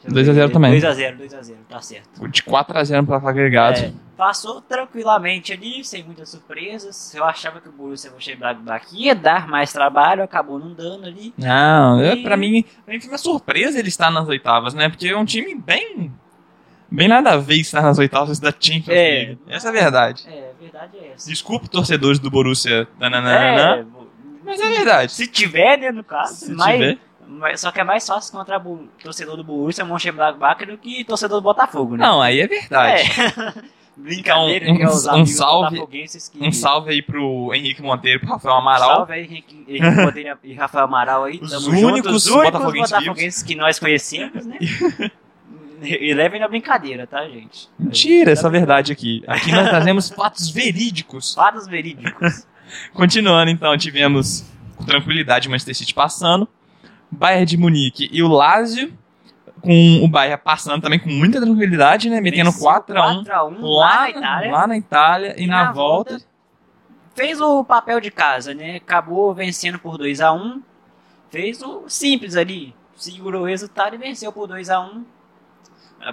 Speaker 1: 2 a 0 também. Tá.
Speaker 2: 2 a 0 2 a 0 tá certo.
Speaker 1: De 4 a 0 para agregado.
Speaker 2: É, passou tranquilamente ali, sem muitas surpresas. Eu achava que o Borussia Mönchengladbach ia dar mais trabalho, acabou não dando ali.
Speaker 1: Não, eu,
Speaker 2: E-
Speaker 1: pra, mim, pra mim foi uma surpresa ele estar nas oitavas, né? Porque é um time bem Bem nada a ver estar nas oitavas da Champions
Speaker 2: É.
Speaker 1: League. Essa é a verdade.
Speaker 2: É, a verdade é essa.
Speaker 1: Desculpe, torcedores do Borussia.
Speaker 2: É,
Speaker 1: Nananana,
Speaker 2: bo-
Speaker 1: né, Mas é verdade.
Speaker 2: se tiver, né, no caso.
Speaker 1: Se
Speaker 2: mas,
Speaker 1: tiver.
Speaker 2: mas- só que é mais fácil contra o torcedor do Borussia, Mönchengladbach, do que torcedor do Botafogo, né?
Speaker 1: Não, aí é verdade.
Speaker 2: É. Brincadeira,
Speaker 1: Então,
Speaker 2: que é os
Speaker 1: um- um
Speaker 2: amigos
Speaker 1: salve-
Speaker 2: botafoguenses que...
Speaker 1: Um salve aí pro Henrique Monteiro, pro Rafael Amaral.
Speaker 2: Salve aí, Henrique, Henrique Bandeira e Rafael Amaral aí.
Speaker 1: Os
Speaker 2: Tamo
Speaker 1: únicos
Speaker 2: junto, os únicos
Speaker 1: botafoguenses
Speaker 2: botafoguenses, que nós conhecemos, né? e levem na brincadeira, tá, gente?
Speaker 1: Mentira, essa verdade aqui. Aqui nós trazemos fatos verídicos.
Speaker 2: Fatos verídicos.
Speaker 1: Continuando, então, tivemos com tranquilidade o Manchester City passando, Bayern de Munique e o Lazio, com o Bayern passando também com muita tranquilidade, né? Metendo 4x1
Speaker 2: 4x1 lá
Speaker 1: lá,
Speaker 2: na Itália.
Speaker 1: lá na Itália e, na, volta,
Speaker 2: Fez o papel de casa, né? Acabou vencendo por 2x1. Fez o simples ali. Segurou o resultado e venceu por 2x1.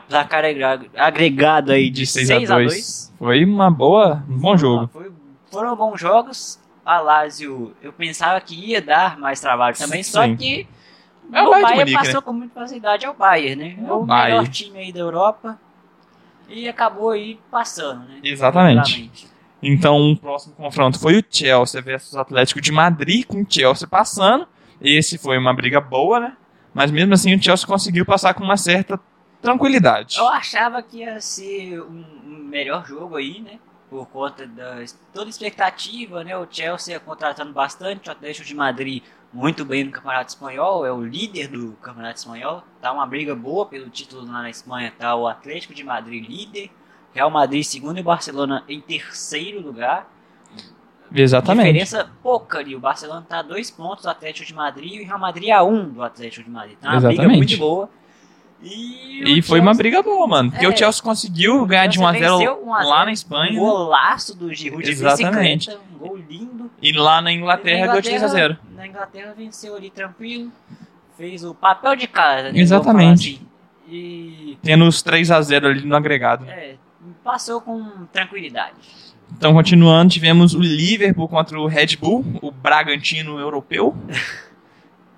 Speaker 2: Placar agre- agregado aí
Speaker 1: de
Speaker 2: de
Speaker 1: 6x2.
Speaker 2: 6x2.
Speaker 1: Foi uma boa, um bom jogo.
Speaker 2: Foi- foram bons jogos. A Lazio, eu pensava que ia dar mais trabalho também, só
Speaker 1: Sim.
Speaker 2: que
Speaker 1: É o
Speaker 2: o
Speaker 1: Bayern de
Speaker 2: Bayern
Speaker 1: Munique,
Speaker 2: passou com muita facilidade ao Bayern, né? É
Speaker 1: o
Speaker 2: o
Speaker 1: Bayern.
Speaker 2: melhor time aí da Europa e acabou aí passando, né?
Speaker 1: Exatamente.
Speaker 2: Tranquilamente.
Speaker 1: Então, o próximo confronto foi o Chelsea versus o Atlético de Madrid, com o Chelsea passando. Esse foi uma briga boa, né? Mas mesmo assim, o Chelsea conseguiu passar com uma certa tranquilidade.
Speaker 2: Eu achava que ia ser um, um melhor jogo aí, né? Por conta da toda expectativa, né? O Chelsea contratando bastante, o Atlético de Madrid muito bem no Campeonato Espanhol, é o líder do Campeonato Espanhol. Tá uma briga boa pelo título lá na Espanha, tá o Atlético de Madrid líder, Real Madrid segundo e o Barcelona em terceiro lugar.
Speaker 1: Exatamente.
Speaker 2: Diferença pouca ali, o Barcelona tá a dois pontos do Atlético de Madrid e o Real Madrid a um do Atlético de Madrid. Tá uma briga
Speaker 1: Exatamente.
Speaker 2: muito boa. E, o
Speaker 1: E foi uma
Speaker 2: Chelsea-
Speaker 1: briga boa, mano. Porque
Speaker 2: É.
Speaker 1: o Chelsea conseguiu ganhar de
Speaker 2: Então Você
Speaker 1: 1x0
Speaker 2: venceu 1 a 0,
Speaker 1: lá na Espanha né?
Speaker 2: Um golaço do Giroud de
Speaker 1: Exatamente.
Speaker 2: bicicleta, um gol lindo.
Speaker 1: e lá na
Speaker 2: E
Speaker 1: Inglaterra
Speaker 2: na
Speaker 1: deu 3x0.
Speaker 2: Na Inglaterra venceu ali tranquilo, fez o papel de casa. Né,
Speaker 1: Exatamente.
Speaker 2: vamos falar assim. E
Speaker 1: Tendo os 3x0 ali no agregado.
Speaker 2: é, passou com tranquilidade.
Speaker 1: Então, continuando, tivemos o Liverpool contra o Red Bull, o Bragantino europeu.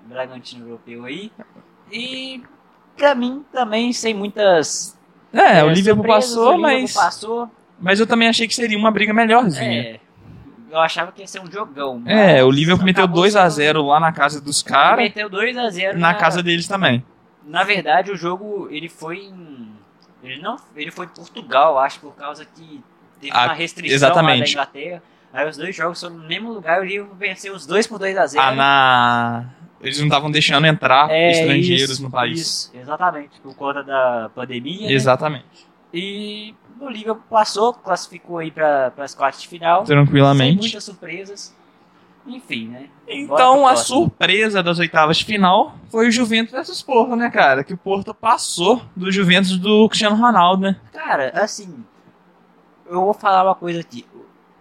Speaker 2: Bragantino europeu aí. E pra mim também sem muitas.
Speaker 1: É, o
Speaker 2: eh,
Speaker 1: Liverpool
Speaker 2: surpresas,
Speaker 1: passou,
Speaker 2: o Liverpool
Speaker 1: mas,
Speaker 2: passou.
Speaker 1: mas eu também achei que seria uma briga melhorzinha.
Speaker 2: É, eu achava que ia ser um jogão.
Speaker 1: É, o
Speaker 2: mas tá
Speaker 1: Liverpool meteu
Speaker 2: acabou
Speaker 1: 2x0 lá na casa dos
Speaker 2: sendo-
Speaker 1: caras,
Speaker 2: Meteu 2x0
Speaker 1: na casa deles também.
Speaker 2: Na verdade, o jogo ele foi em. Ele não. Ele foi em Portugal, acho, por causa que teve
Speaker 1: Ah,
Speaker 2: uma restrição
Speaker 1: exatamente.
Speaker 2: lá da Inglaterra. Aí os dois jogos foram no mesmo lugar e o Liverpool venceu os dois por 2 a 0
Speaker 1: Ah, na... Eles não estavam deixando entrar
Speaker 2: É,
Speaker 1: estrangeiros
Speaker 2: isso,
Speaker 1: no país.
Speaker 2: Isso, exatamente, por conta da pandemia. né?
Speaker 1: Exatamente.
Speaker 2: E o Liverpool passou, classificou aí para as quartas de final. Então, Sem
Speaker 1: Tranquilamente.
Speaker 2: muitas surpresas. Enfim, né? Bora pro
Speaker 1: Então, a
Speaker 2: próximo.
Speaker 1: surpresa das oitavas de final foi o Juventus versus Porto, né, cara? Que o Porto passou do Juventus do Cristiano Ronaldo, né?
Speaker 2: Cara, assim, eu vou falar uma coisa aqui.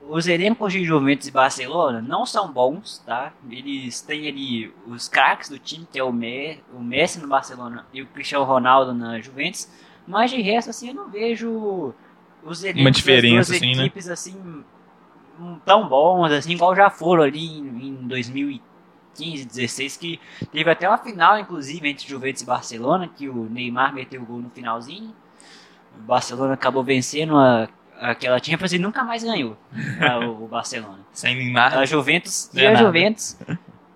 Speaker 2: Os elencos de Juventus e Barcelona não são bons, tá? Eles têm ali os craques do time, que é o, Me o Messi no Barcelona e o Cristiano Ronaldo na Juventus. Mas de resto, assim, eu não vejo os elencos
Speaker 1: diferença,
Speaker 2: das duas
Speaker 1: assim, né?
Speaker 2: equipes, assim, hum, tão bons, assim, igual já foram ali em, em 2015, 16, que teve até uma final, inclusive, entre Juventus e Barcelona, que o Neymar meteu o gol no finalzinho. O Barcelona acabou vencendo a, aquela Champions e nunca mais ganhou a- o Barcelona.
Speaker 1: Sem Neymar.
Speaker 2: A Juventus
Speaker 1: Não
Speaker 2: e
Speaker 1: é
Speaker 2: a
Speaker 1: nada.
Speaker 2: Juventus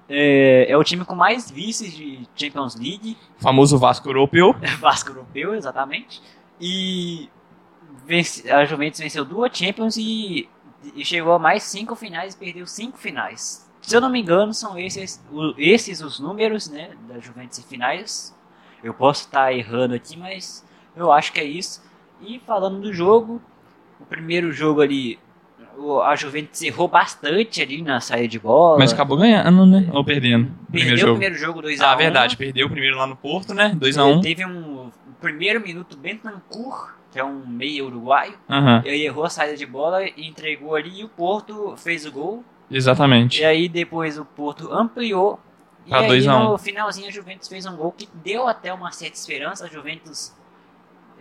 Speaker 2: é, é o time com mais vices de Champions League,
Speaker 1: O famoso Vasco europeu.
Speaker 2: Vasco europeu, exatamente. E vence- a Juventus venceu duas Champions e, e chegou a mais cinco finais e perdeu cinco finais. Se eu não me engano, são esses, o- esses os números né, da Juventus em finais. Eu posso estar errando aqui, mas eu acho que é isso. E falando do jogo, o primeiro jogo ali, o- a Juventus errou bastante ali na saída de bola.
Speaker 1: Mas acabou ganhando, né? Ou perdendo.
Speaker 2: perdeu
Speaker 1: o Primeiro
Speaker 2: o
Speaker 1: jogo.
Speaker 2: primeiro né? jogo 2x1.
Speaker 1: Ah, verdade. Perdeu o primeiro lá no Porto, né? 2x1.
Speaker 2: Teve um, um primeiro minuto Bentancur, que é um meio uruguaio.
Speaker 1: Aham.
Speaker 2: Ele errou a saída de bola e entregou ali. E o Porto fez o gol. E
Speaker 1: Exatamente.
Speaker 2: aí depois o Porto ampliou. E
Speaker 1: Pra
Speaker 2: aí
Speaker 1: dois a um.
Speaker 2: no finalzinho a Juventus fez um gol que deu até uma certa esperança. A Juventus.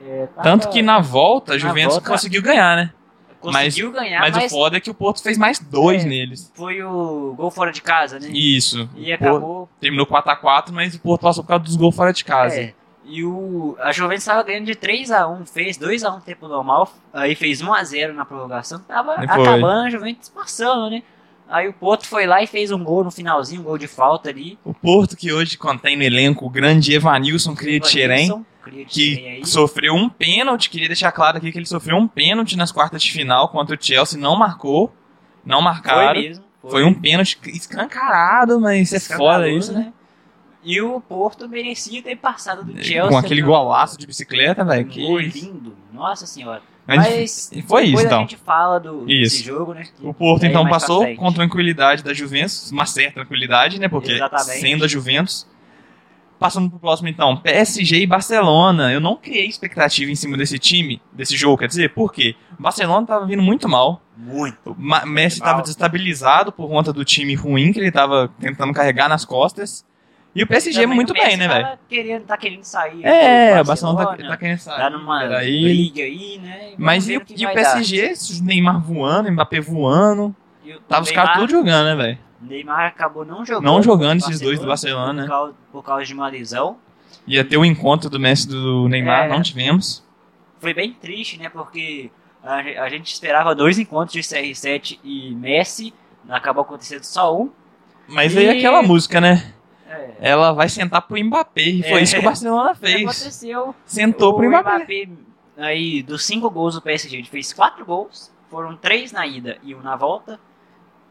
Speaker 2: é, tava-
Speaker 1: Tanto que na volta, a
Speaker 2: Na
Speaker 1: Juventus
Speaker 2: volta-
Speaker 1: conseguiu ganhar, né?
Speaker 2: conseguiu ganhar,
Speaker 1: Mas
Speaker 2: mas,
Speaker 1: o foda é que o Porto fez mais dois
Speaker 2: É.
Speaker 1: neles.
Speaker 2: foi o gol fora de casa, né?
Speaker 1: Isso.
Speaker 2: E
Speaker 1: O Porto
Speaker 2: acabou.
Speaker 1: terminou 4x4, mas o Porto passou por causa dos gols fora de casa.
Speaker 2: É, E o, a Juventus estava ganhando de 3x1, fez 2x1 no tempo normal, aí fez 1x0 na prorrogação, tava
Speaker 1: Foi.
Speaker 2: acabando a Juventus passando, né? Aí o Porto foi lá e fez um gol no finalzinho, um gol de falta ali.
Speaker 1: O Porto que hoje contém no elenco o grande Evanilson é Crietcherem,
Speaker 2: Evanilson, Cria de Xerém
Speaker 1: que
Speaker 2: aí.
Speaker 1: sofreu um pênalti, queria deixar claro aqui que ele sofreu um pênalti nas quartas de final contra o Chelsea, não marcou, não
Speaker 2: Foi
Speaker 1: marcaram.
Speaker 2: mesmo.
Speaker 1: Foi, um pênalti escancarado, mas é
Speaker 2: Escandaloso,
Speaker 1: foda isso, né?
Speaker 2: E o Porto merecia ter passado do Chelsea.
Speaker 1: Com aquele
Speaker 2: né?
Speaker 1: golaço de bicicleta, velho.
Speaker 2: Um gol
Speaker 1: Que...
Speaker 2: lindo, nossa senhora.
Speaker 1: Mas
Speaker 2: Mas
Speaker 1: foi
Speaker 2: depois
Speaker 1: isso,
Speaker 2: a
Speaker 1: então.
Speaker 2: gente fala do, desse
Speaker 1: Isso.
Speaker 2: jogo, né?
Speaker 1: O Porto,
Speaker 2: Aí
Speaker 1: então,
Speaker 2: mais pra
Speaker 1: passou
Speaker 2: frente.
Speaker 1: com tranquilidade da Juventus, uma certa tranquilidade, né? Porque
Speaker 2: Exatamente.
Speaker 1: sendo a Juventus. Passando pro próximo, então, PSG e Barcelona. Eu não criei expectativa em cima desse time, desse jogo, quer dizer, por quê? O Barcelona tava vindo muito mal.
Speaker 2: Muito.
Speaker 1: O Ma- Messi
Speaker 2: Mal.
Speaker 1: estava desestabilizado por conta do time ruim que ele tava tentando carregar nas costas. E o PSG
Speaker 2: Também
Speaker 1: muito
Speaker 2: o Messi
Speaker 1: bem, né,
Speaker 2: tava
Speaker 1: velho?
Speaker 2: Querendo, tá querendo sair.
Speaker 1: É,
Speaker 2: do
Speaker 1: o Barcelona tá, tá querendo
Speaker 2: tá,
Speaker 1: sair.
Speaker 2: numa
Speaker 1: Peraí.
Speaker 2: briga aí, né?
Speaker 1: Mas e, o- e o PSG, Neymar voando, Mbappé voando. Tava os caras tudo jogando, né, velho?
Speaker 2: Neymar acabou não jogando.
Speaker 1: Não jogando
Speaker 2: com o
Speaker 1: esses dois do Barcelona, né?
Speaker 2: Por causa, por causa de uma lesão.
Speaker 1: Ia ter o encontro do Messi e do Neymar,
Speaker 2: É.
Speaker 1: não tivemos.
Speaker 2: Foi bem triste, né? Porque a, ge- a gente esperava dois encontros de CR7 e Messi. Acabou acontecendo só um.
Speaker 1: Mas
Speaker 2: E-
Speaker 1: aí é aquela música, né?
Speaker 2: É,
Speaker 1: Ela vai sentar pro Mbappé. E foi
Speaker 2: É.
Speaker 1: isso que o Barcelona fez.
Speaker 2: aconteceu.
Speaker 1: Sentou pro Mbappé.
Speaker 2: aí, dos cinco gols do PSG, ele fez quatro gols. Foram três na ida e um na volta.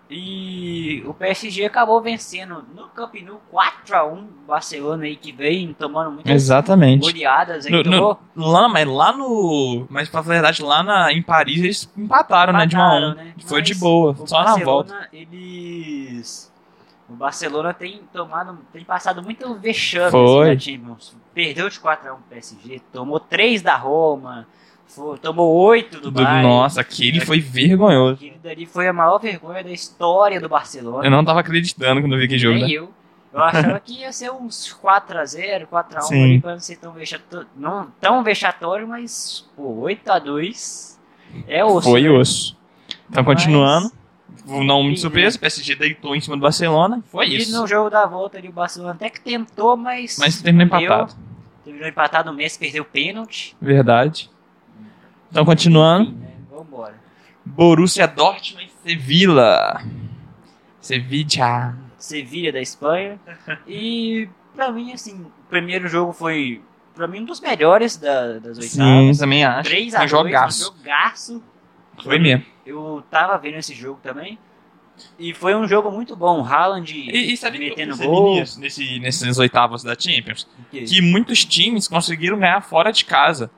Speaker 2: E o PSG acabou vencendo no Camp Nou 4x1. Barcelona aí que vem tomando muitas
Speaker 1: Exatamente.
Speaker 2: goleadas. Aí,
Speaker 1: No- no-
Speaker 2: tomou,
Speaker 1: Lá, mas lá no. Mas pra falar a verdade, lá na, em Paris eles empataram, né? De uma a
Speaker 2: Empataram,
Speaker 1: um.
Speaker 2: né?
Speaker 1: Foi
Speaker 2: Mas
Speaker 1: de boa,
Speaker 2: O
Speaker 1: só na
Speaker 2: Barcelona,
Speaker 1: volta.
Speaker 2: eles. O Barcelona tem tomado, tem passado muito vexame
Speaker 1: Foi.
Speaker 2: na Champions. Perdeu de 4x1 pro PSG, tomou 3 da Roma, fo- tomou 8 do,
Speaker 1: Do,
Speaker 2: Bayern.
Speaker 1: nossa, aquele foi vergonhoso.
Speaker 2: Aquilo dali foi a maior vergonha da história do Barcelona.
Speaker 1: Eu não tava acreditando quando eu vi que jogo.
Speaker 2: nem
Speaker 1: né?
Speaker 2: eu. Eu achava que ia ser uns 4x0, 4x1
Speaker 1: Sim.
Speaker 2: ali, pra não ser tão vexatório. Não tão vexatório, mas pô, 8x2 é osso.
Speaker 1: Foi
Speaker 2: né?
Speaker 1: osso. Então,
Speaker 2: Mas-
Speaker 1: continuando. Não muito
Speaker 2: Sim,
Speaker 1: surpreso, o PSG deitou em cima do Barcelona. Foi
Speaker 2: e
Speaker 1: isso.
Speaker 2: no jogo da volta ali, o Barcelona até que tentou, mas.
Speaker 1: Mas terminou
Speaker 2: não deu.
Speaker 1: empatado.
Speaker 2: Terminou empatado, o Messi perdeu o pênalti.
Speaker 1: Verdade. Então, continuando.
Speaker 2: Enfim, né? Vambora.
Speaker 1: Borussia Dortmund e Sevilla. Sevilla.
Speaker 2: Sevilha da Espanha. E pra mim, assim, o primeiro jogo foi, pra mim, um dos melhores da- das
Speaker 1: Sim,
Speaker 2: oitavas.
Speaker 1: também acho.
Speaker 2: 3
Speaker 1: Foi
Speaker 2: a 2
Speaker 1: jogaço.
Speaker 2: um jogaço.
Speaker 1: Foi mesmo.
Speaker 2: Eu tava vendo esse jogo também. E foi um jogo muito bom. O Haaland
Speaker 1: E, e sabe o que eu
Speaker 2: metendo
Speaker 1: percebi
Speaker 2: gol.
Speaker 1: nisso, nesse, nessas oitavas da Champions?
Speaker 2: que-
Speaker 1: Que muitos times conseguiram ganhar fora de casa.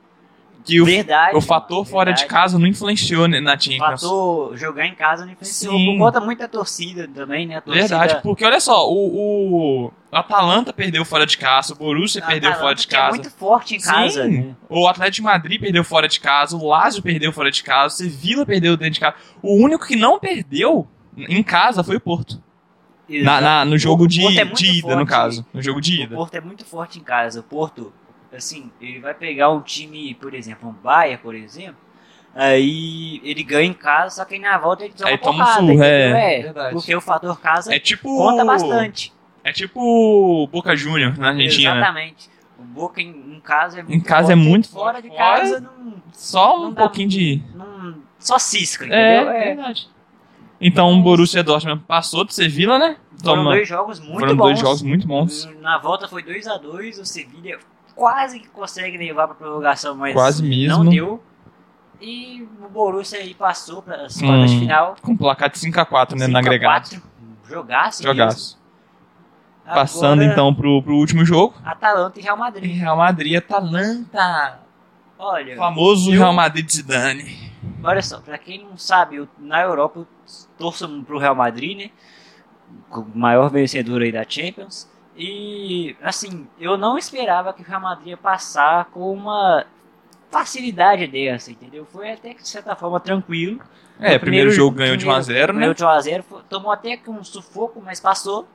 Speaker 1: Que o,
Speaker 2: verdade.
Speaker 1: o fator
Speaker 2: mano,
Speaker 1: fora de
Speaker 2: verdade.
Speaker 1: casa não influenciou ne- na
Speaker 2: O
Speaker 1: Champions.
Speaker 2: fator jogar em casa não influenciou.
Speaker 1: Sim.
Speaker 2: Por conta muito da torcida também, né? A torcida
Speaker 1: Verdade, porque olha só, o, o Atalanta perdeu fora de casa, o Borussia
Speaker 2: A
Speaker 1: perdeu
Speaker 2: Atalanta,
Speaker 1: fora de
Speaker 2: que é
Speaker 1: casa.
Speaker 2: muito forte em casa.
Speaker 1: Sim.
Speaker 2: né?
Speaker 1: O Atlético de Madrid perdeu fora de casa, o Lazio perdeu fora de casa, o Sevilla perdeu dentro de casa. O único que não perdeu em casa foi o Porto. Na- na- no jogo
Speaker 2: O
Speaker 1: de,
Speaker 2: Porto é muito
Speaker 1: de ida, no
Speaker 2: forte.
Speaker 1: caso. No jogo de
Speaker 2: O
Speaker 1: ida.
Speaker 2: Porto é muito forte em casa. O Porto, assim, ele vai pegar um time, por exemplo, um Bayern, por exemplo. Aí ele ganha em casa, só que aí na volta ele toma
Speaker 1: Aí toma um
Speaker 2: porrada,
Speaker 1: surro,
Speaker 2: entendeu?
Speaker 1: é.
Speaker 2: É,
Speaker 1: Verdade.
Speaker 2: porque o fator casa
Speaker 1: É tipo.
Speaker 2: conta bastante.
Speaker 1: É tipo o Boca Júnior na Argentina.
Speaker 2: Exatamente. O Boca em, em casa é muito
Speaker 1: né? casa é
Speaker 2: forte,
Speaker 1: muito
Speaker 2: fora
Speaker 1: forte.
Speaker 2: de casa não,
Speaker 1: Só um
Speaker 2: Não dá
Speaker 1: pouquinho de.
Speaker 2: não só cisca,
Speaker 1: É,
Speaker 2: entendeu? É.
Speaker 1: verdade. Então o Borussia Dortmund passou do Sevilla, né?
Speaker 2: Foram
Speaker 1: Toma-
Speaker 2: dois jogos muito
Speaker 1: foram
Speaker 2: bons.
Speaker 1: dois jogos muito bons.
Speaker 2: Na volta foi 2 a 2 o Sevilha quase que consegue levar pra prorrogação, mas
Speaker 1: Quase mesmo.
Speaker 2: não deu. E o Borussia aí passou para as quartas de
Speaker 1: Hum,
Speaker 2: final.
Speaker 1: Com placar de 5x4, né?
Speaker 2: 5
Speaker 1: No
Speaker 2: a
Speaker 1: agregado.
Speaker 2: 4, Jogaço. mesmo.
Speaker 1: Jogaço.
Speaker 2: Agora,
Speaker 1: Passando então pro, pro último jogo.
Speaker 2: Atalanta e Real
Speaker 1: E
Speaker 2: Madrid. Tá,
Speaker 1: Real Madrid e Atalanta.
Speaker 2: Olha,
Speaker 1: O famoso
Speaker 2: eu-
Speaker 1: Real É, Madrid de Zidane.
Speaker 2: olha só, pra quem não sabe, eu- na Europa eu torço pro Real Madrid, né? O maior vencedor aí da Champions. E, assim, eu não esperava que o Real Madrid ia passar com uma facilidade dessa, entendeu? Foi até que, de certa forma, tranquilo.
Speaker 1: É,
Speaker 2: No
Speaker 1: primeiro, jogo ganhou
Speaker 2: primeiro-
Speaker 1: de 1x0, né?
Speaker 2: Ganhou de 1x0, fo- tomou até que um sufoco, mas passou.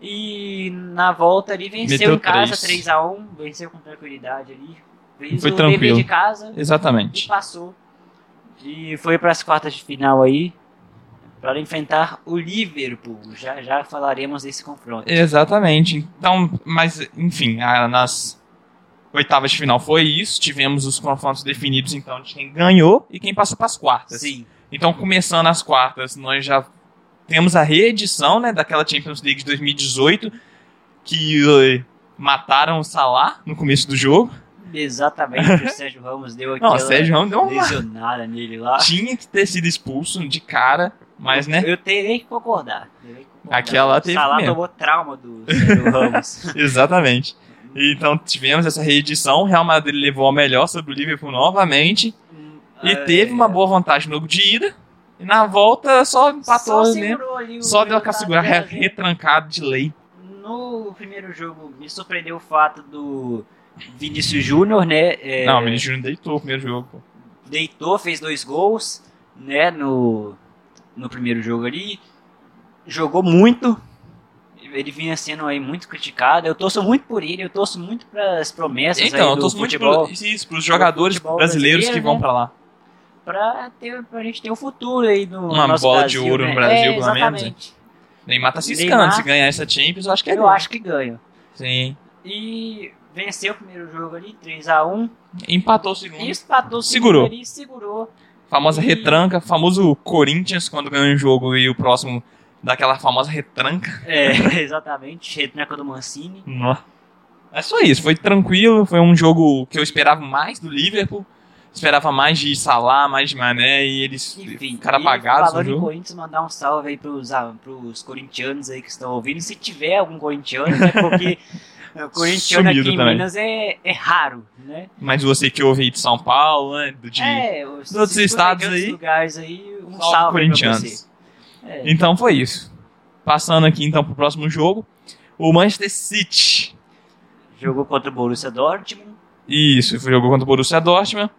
Speaker 2: E na volta ali venceu
Speaker 1: Meteu
Speaker 2: em casa
Speaker 1: três.
Speaker 2: 3x1, venceu com tranquilidade ali. Fez
Speaker 1: Foi
Speaker 2: o
Speaker 1: tranquilo.
Speaker 2: dever de casa e
Speaker 1: Exatamente.
Speaker 2: passou. E foi para as quartas de final aí, para enfrentar o Liverpool. Já, já falaremos desse confronto.
Speaker 1: Exatamente. Então, mas, enfim, a- nas oitavas de final foi isso. Tivemos os confrontos definidos, então, de quem ganhou e quem passou para as quartas.
Speaker 2: Sim.
Speaker 1: Então, começando as quartas, nós já temos a reedição né, daquela Champions League de 2018, que eh, mataram o Salah no começo do jogo.
Speaker 2: Exatamente. o Sérgio Ramos deu aquela
Speaker 1: Não, o Sérgio Ramos deu uma...
Speaker 2: lesionada nele lá.
Speaker 1: Tinha que ter sido expulso de cara, mas, né?
Speaker 2: Eu terei que concordar. Terei que concordar.
Speaker 1: Aquela teve
Speaker 2: Salah
Speaker 1: mesmo.
Speaker 2: tomou trauma do Sérgio Ramos.
Speaker 1: Exatamente. Então, tivemos essa reedição. O Real Madrid levou a melhor sobre o Liverpool novamente. E
Speaker 2: É,
Speaker 1: teve uma boa vantagem no jogo de ida. E na volta só empatou,
Speaker 2: É, só
Speaker 1: né?
Speaker 2: segurou ali o
Speaker 1: Só deu aquela
Speaker 2: resultado
Speaker 1: segurada
Speaker 2: dela,
Speaker 1: re-
Speaker 2: né?
Speaker 1: retrancada de lei.
Speaker 2: No primeiro jogo, me surpreendeu o fato do Vinícius Júnior, né? é,
Speaker 1: Não, o Vinícius Júnior deitou o primeiro jogo. pô.
Speaker 2: Deitou, fez dois gols, né? No, no primeiro jogo ali. Jogou muito. Ele vinha sendo aí muito criticado. Eu torço muito por ele, eu torço muito para as promessas
Speaker 1: Então,
Speaker 2: aí
Speaker 1: eu
Speaker 2: do
Speaker 1: torço muito
Speaker 2: futebol.
Speaker 1: pro, isso, pros jogadores
Speaker 2: futebol
Speaker 1: brasileiros que
Speaker 2: brasileiro,
Speaker 1: vão
Speaker 2: né?
Speaker 1: pra lá.
Speaker 2: Pra, ter, pra gente ter um futuro aí no
Speaker 1: Uma
Speaker 2: nosso
Speaker 1: bola de
Speaker 2: Brasil,
Speaker 1: ouro
Speaker 2: né?
Speaker 1: no Brasil,
Speaker 2: é,
Speaker 1: pelo menos,
Speaker 2: exatamente.
Speaker 1: Neymar tá ciscando.
Speaker 2: Neymar-
Speaker 1: Se ganhar essa Champions, eu acho que é
Speaker 2: Eu
Speaker 1: dele.
Speaker 2: acho que ganho.
Speaker 1: Sim.
Speaker 2: E venceu o primeiro jogo ali, 3x1.
Speaker 1: Empatou o segundo.
Speaker 2: E empatou o
Speaker 1: Hum. Segurou.
Speaker 2: segundo ali, segurou.
Speaker 1: Famosa
Speaker 2: E-
Speaker 1: retranca. Famoso Corinthians, quando ganha um jogo e o próximo daquela famosa retranca.
Speaker 2: É, exatamente, retranca do Mancini.
Speaker 1: Nó. É só isso. Foi tranquilo. Foi um jogo que eu esperava mais do Liverpool. Esperava mais de Salah, mais de Mané. E eles
Speaker 2: Enfim,
Speaker 1: ficaram
Speaker 2: e
Speaker 1: apagados no
Speaker 2: falando em
Speaker 1: jogo.
Speaker 2: Corinthians, mandar um salve aí pros, ah, pros corintianos aí que estão ouvindo. Se tiver algum corintiano, né, porque o corintiano aqui
Speaker 1: Sumido
Speaker 2: em
Speaker 1: também.
Speaker 2: Minas é, é raro, né?
Speaker 1: Mas você que ouve aí de São Paulo, né? do- De...
Speaker 2: é, os
Speaker 1: todos os estados aí,
Speaker 2: lugares aí, um
Speaker 1: Salve,
Speaker 2: salve,
Speaker 1: corintianos.
Speaker 2: pra você. É,
Speaker 1: Então foi isso. Passando aqui então pro próximo jogo, o Manchester City.
Speaker 2: jogou contra o Borussia Dortmund,
Speaker 1: Isso, foi jogou contra o Borussia Dortmund.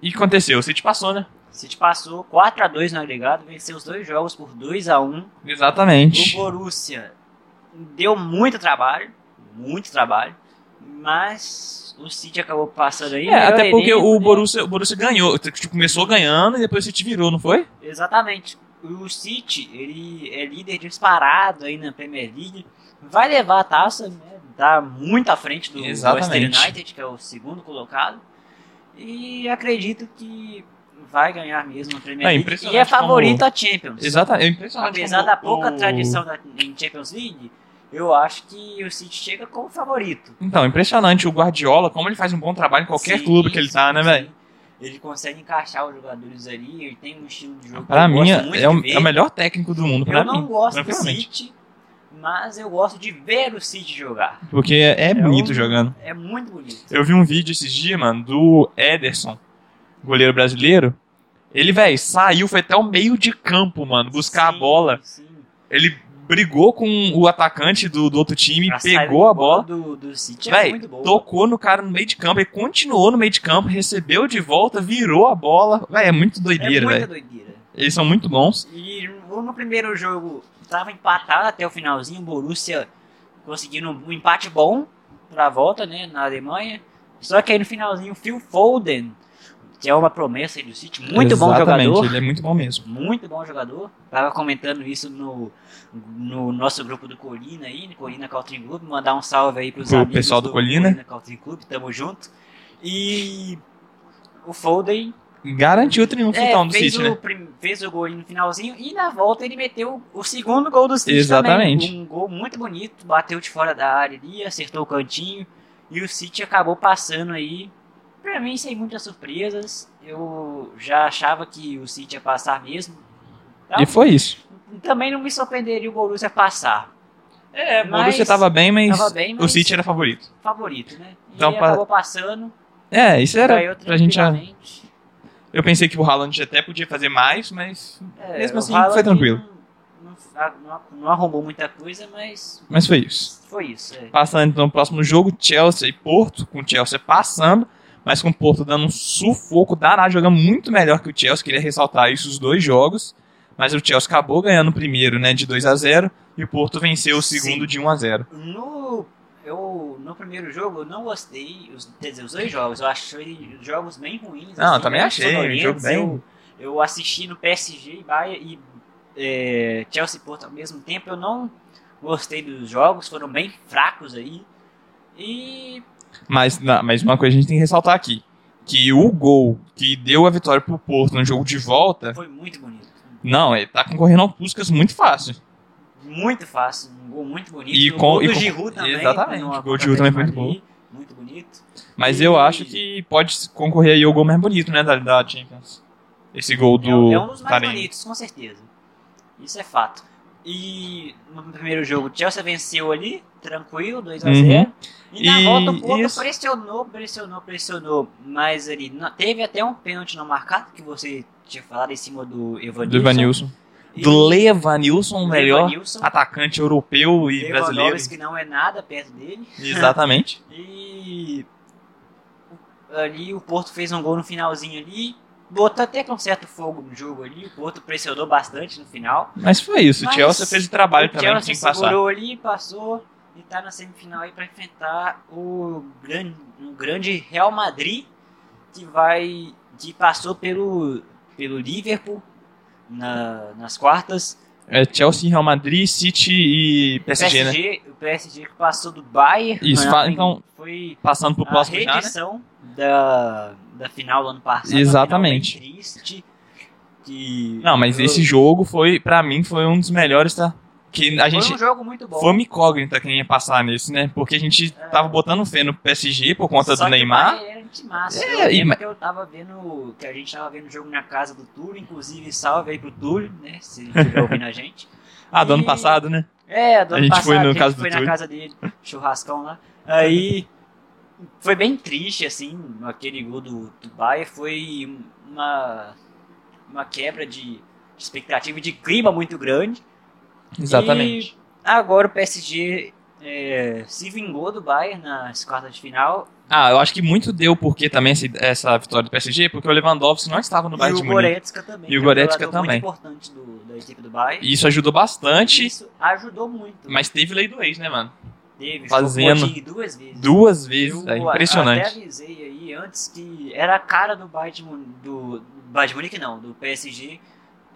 Speaker 1: E aconteceu, o City passou, né?
Speaker 2: City passou 4x2 no agregado, venceu os dois jogos por 2x1. O
Speaker 1: Exatamente.
Speaker 2: Borussia deu muito trabalho, muito trabalho, mas o City acabou passando aí.
Speaker 1: É, até
Speaker 2: melhor
Speaker 1: porque
Speaker 2: elenco,
Speaker 1: o
Speaker 2: né?
Speaker 1: Borussia, o Borussia ganhou, tipo, começou ganhando e depois o City virou, não foi?
Speaker 2: Exatamente. O City, ele é líder disparado aí na Premier League, vai levar a taça, né? tá muito à frente do Manchester
Speaker 1: Exatamente.
Speaker 2: United, que é o segundo colocado, e acredito que vai ganhar mesmo a Premier
Speaker 1: É,
Speaker 2: League. E
Speaker 1: impressionante
Speaker 2: é favorito à Champions.
Speaker 1: Exatamente. É impressionante.
Speaker 2: Apesar
Speaker 1: como
Speaker 2: da pouca
Speaker 1: o-
Speaker 2: tradição da, em Champions League, eu acho que o City chega como favorito.
Speaker 1: Então, impressionante o Guardiola, como ele faz um bom trabalho em qualquer
Speaker 2: Sim,
Speaker 1: clube que ele tá,
Speaker 2: sim,
Speaker 1: né,
Speaker 2: sim.
Speaker 1: velho?
Speaker 2: Ele consegue encaixar os jogadores ali, ele tem um estilo de jogo
Speaker 1: Pra
Speaker 2: que eu
Speaker 1: mim,
Speaker 2: gosto muito
Speaker 1: é
Speaker 2: de
Speaker 1: o,
Speaker 2: ver.
Speaker 1: é o melhor técnico do mundo, pra
Speaker 2: Eu não
Speaker 1: mim.
Speaker 2: gosto do
Speaker 1: tranquilamente.
Speaker 2: City, mas eu gosto de ver o City jogar.
Speaker 1: Porque é bonito
Speaker 2: um-
Speaker 1: jogando.
Speaker 2: É muito bonito.
Speaker 1: Eu vi um vídeo esses dias, mano, do Ederson, goleiro brasileiro. Ele, velho, saiu, foi até o meio de campo, mano, buscar a
Speaker 2: Sim,
Speaker 1: bola.
Speaker 2: sim.
Speaker 1: Ele brigou com o atacante do, do outro time,
Speaker 2: saída de
Speaker 1: pegou a bola.
Speaker 2: do, do City é
Speaker 1: Véi,
Speaker 2: muito boa.
Speaker 1: tocou no cara no meio de campo, ele continuou no meio de campo, recebeu de volta, virou a bola. Véi, é muito
Speaker 2: É
Speaker 1: doideira,
Speaker 2: muita
Speaker 1: velho.
Speaker 2: doideira.
Speaker 1: Eles são muito bons.
Speaker 2: E no no primeiro jogo tava empatado até o finalzinho, o Borussia conseguindo um empate bom pra volta, né, na Alemanha. Só que aí no finalzinho o Phil Foden, que é uma promessa aí do City, muito
Speaker 1: Exatamente,
Speaker 2: bom jogador,
Speaker 1: ele é muito bom mesmo.
Speaker 2: muito bom jogador. Tava comentando isso no, no nosso grupo do Colina aí, no Colina Country Club, mandar um salve aí pros
Speaker 1: Pro
Speaker 2: amigos
Speaker 1: pessoal do Colina.
Speaker 2: Country Club, tamo junto. E o Foden
Speaker 1: Garantiu o triunfo,
Speaker 2: é,
Speaker 1: então, do
Speaker 2: fez,
Speaker 1: City,
Speaker 2: o,
Speaker 1: né?
Speaker 2: prim- fez o gol aí no finalzinho e na volta ele meteu o segundo gol do City
Speaker 1: Exatamente.
Speaker 2: também. Um gol muito bonito, bateu de fora da área ali, acertou o cantinho e o City acabou passando aí. Pra mim, sem muitas surpresas, eu já achava que o City ia passar mesmo. Tá?
Speaker 1: E foi isso.
Speaker 2: Também não me surpreenderia o Borussia passar.
Speaker 1: É, o
Speaker 2: mas-
Speaker 1: Borussia tava bem, mas,
Speaker 2: Tava bem,
Speaker 1: o
Speaker 2: mas-
Speaker 1: City era favorito.
Speaker 2: Favorito, né? E
Speaker 1: Então, pa-
Speaker 2: acabou passando,
Speaker 1: É, isso era
Speaker 2: ganhou
Speaker 1: pra gente já...
Speaker 2: tranquilamente.
Speaker 1: Eu pensei que o Haaland até podia fazer mais, mas.
Speaker 2: É,
Speaker 1: Mesmo
Speaker 2: o
Speaker 1: assim,
Speaker 2: Haaland
Speaker 1: foi tranquilo.
Speaker 2: Não, não- não arrumou muita coisa, mas
Speaker 1: Mas foi isso.
Speaker 2: foi isso. é.
Speaker 1: Passando então o próximo jogo, Chelsea e Porto, com o Chelsea passando, mas com o Porto dando um sufoco danado, jogando muito melhor que o Chelsea, queria ressaltar isso os dois jogos. Mas o Chelsea acabou ganhando o primeiro, né, de 2 a 0 e o Porto venceu o segundo
Speaker 2: Sim.
Speaker 1: de 1 a 0
Speaker 2: No, eu, no primeiro jogo eu não gostei, os, quer dizer, os dois jogos, eu achei os jogos bem ruins.
Speaker 1: Não, eu
Speaker 2: assim,
Speaker 1: também
Speaker 2: bem
Speaker 1: achei, o
Speaker 2: sonorentos,
Speaker 1: jogo bem-
Speaker 2: Eu, eu assisti no PSG e Bahia e é, Chelsea e Porto ao mesmo tempo, eu não gostei dos jogos, foram bem fracos aí. E
Speaker 1: Mas, na- mas uma coisa a gente tem que ressaltar aqui: que o gol que deu a vitória pro Porto no jogo de volta,
Speaker 2: Foi muito bonito.
Speaker 1: não, ele tá concorrendo ao Puskas muito fácil.
Speaker 2: Muito fácil, um gol muito bonito.
Speaker 1: E
Speaker 2: o
Speaker 1: com-
Speaker 2: gol
Speaker 1: e
Speaker 2: do
Speaker 1: com-
Speaker 2: Giroud também.
Speaker 1: Exatamente,
Speaker 2: numa
Speaker 1: o gol do Giroud também foi muito
Speaker 2: contra-ataque ali, Muito bonito.
Speaker 1: Mas
Speaker 2: E-
Speaker 1: eu acho que pode concorrer aí ao gol mais bonito, né, da, da Champions. Esse gol
Speaker 2: É um-
Speaker 1: do
Speaker 2: é um dos mais
Speaker 1: Taremi.
Speaker 2: bonitos, com certeza. Isso é fato. E no primeiro jogo, o Chelsea venceu ali, tranquilo, 2x0.
Speaker 1: Uhum.
Speaker 2: E na
Speaker 1: E
Speaker 2: volta o Porto
Speaker 1: isso-
Speaker 2: pressionou, pressionou, pressionou. Mas ali não- teve até um pênalti não marcado, que você tinha falado em cima do Evanilson.
Speaker 1: Do Ivanilson.
Speaker 2: E-
Speaker 1: Do Levanilson, o melhor
Speaker 2: Evanilson.
Speaker 1: atacante europeu e brasileiro.
Speaker 2: Lewandowski não é nada perto dele.
Speaker 1: Exatamente.
Speaker 2: E ali o Porto fez um gol no finalzinho ali. Botou até com certo fogo no jogo ali. O Porto pressionou bastante no final.
Speaker 1: Mas foi isso. O
Speaker 2: Mas
Speaker 1: Chelsea fez o trabalho
Speaker 2: o
Speaker 1: também que
Speaker 2: Chelsea
Speaker 1: tinha que passar.
Speaker 2: segurou ali, passou e tá na semifinal aí pra enfrentar o grande, o grande Real Madrid que vai que passou pelo pelo Liverpool na- nas quartas.
Speaker 1: É Chelsea, Real Madrid, City e PSG, né?
Speaker 2: o PSG que passou do Bayern.
Speaker 1: Isso,
Speaker 2: né?
Speaker 1: fa-
Speaker 2: Foi-
Speaker 1: então,
Speaker 2: foi
Speaker 1: Passando pro
Speaker 2: a
Speaker 1: próximo já, né?
Speaker 2: reedição da, da final do ano passado. uma
Speaker 1: Exatamente.
Speaker 2: final bem triste. Que
Speaker 1: Não, mas
Speaker 2: eu-
Speaker 1: esse jogo foi, pra mim, foi um dos melhores, tá? Que a
Speaker 2: foi
Speaker 1: gente
Speaker 2: um jogo muito bom. É.
Speaker 1: foi uma incógnita quem ia passar nesse, né? Porque a gente tava botando fé no PSG por conta
Speaker 2: Só
Speaker 1: do
Speaker 2: que o
Speaker 1: Neymar.
Speaker 2: Bayern era um timaço.
Speaker 1: É,
Speaker 2: eu
Speaker 1: e
Speaker 2: lembro
Speaker 1: ma-
Speaker 2: que eu tava vendo que a gente tava vendo o jogo na casa do Túlio, inclusive salve aí pro Túlio, né, se ele estiver ouvindo a gente.
Speaker 1: Ah, do ano
Speaker 2: E-
Speaker 1: passado, né?
Speaker 2: É, do
Speaker 1: A
Speaker 2: ano
Speaker 1: gente
Speaker 2: passado,
Speaker 1: foi no
Speaker 2: a gente
Speaker 1: caso do
Speaker 2: foi na
Speaker 1: Túlio.
Speaker 2: casa dele, churrascão lá. Aí foi bem triste, assim, aquele gol do, do Bayern. Foi uma, uma quebra de, de expectativa e de clima muito grande.
Speaker 1: Exatamente.
Speaker 2: Agora o PSG é, se vingou do Bayern nas quartas de final.
Speaker 1: Ah, eu acho que muito deu porque também esse- essa vitória do PSG, porque o Lewandowski não estava no
Speaker 2: e
Speaker 1: Bayern
Speaker 2: o
Speaker 1: de Munique.
Speaker 2: Goretzka também.
Speaker 1: E o
Speaker 2: que é um
Speaker 1: Goretzka
Speaker 2: jogador
Speaker 1: também.
Speaker 2: muito importante do- da equipe do Bayern.
Speaker 1: E Isso ajudou bastante,
Speaker 2: Isso ajudou muito.
Speaker 1: mas teve lei do ex, né, mano?
Speaker 2: Teve o
Speaker 1: fazendo
Speaker 2: Choupo-Moting duas vezes.
Speaker 1: Duas vezes,
Speaker 2: Eu
Speaker 1: é
Speaker 2: até
Speaker 1: impressionante.
Speaker 2: avisei aí antes que era a cara do Bayern de Mun- do do Bayern de Munique não, do PSG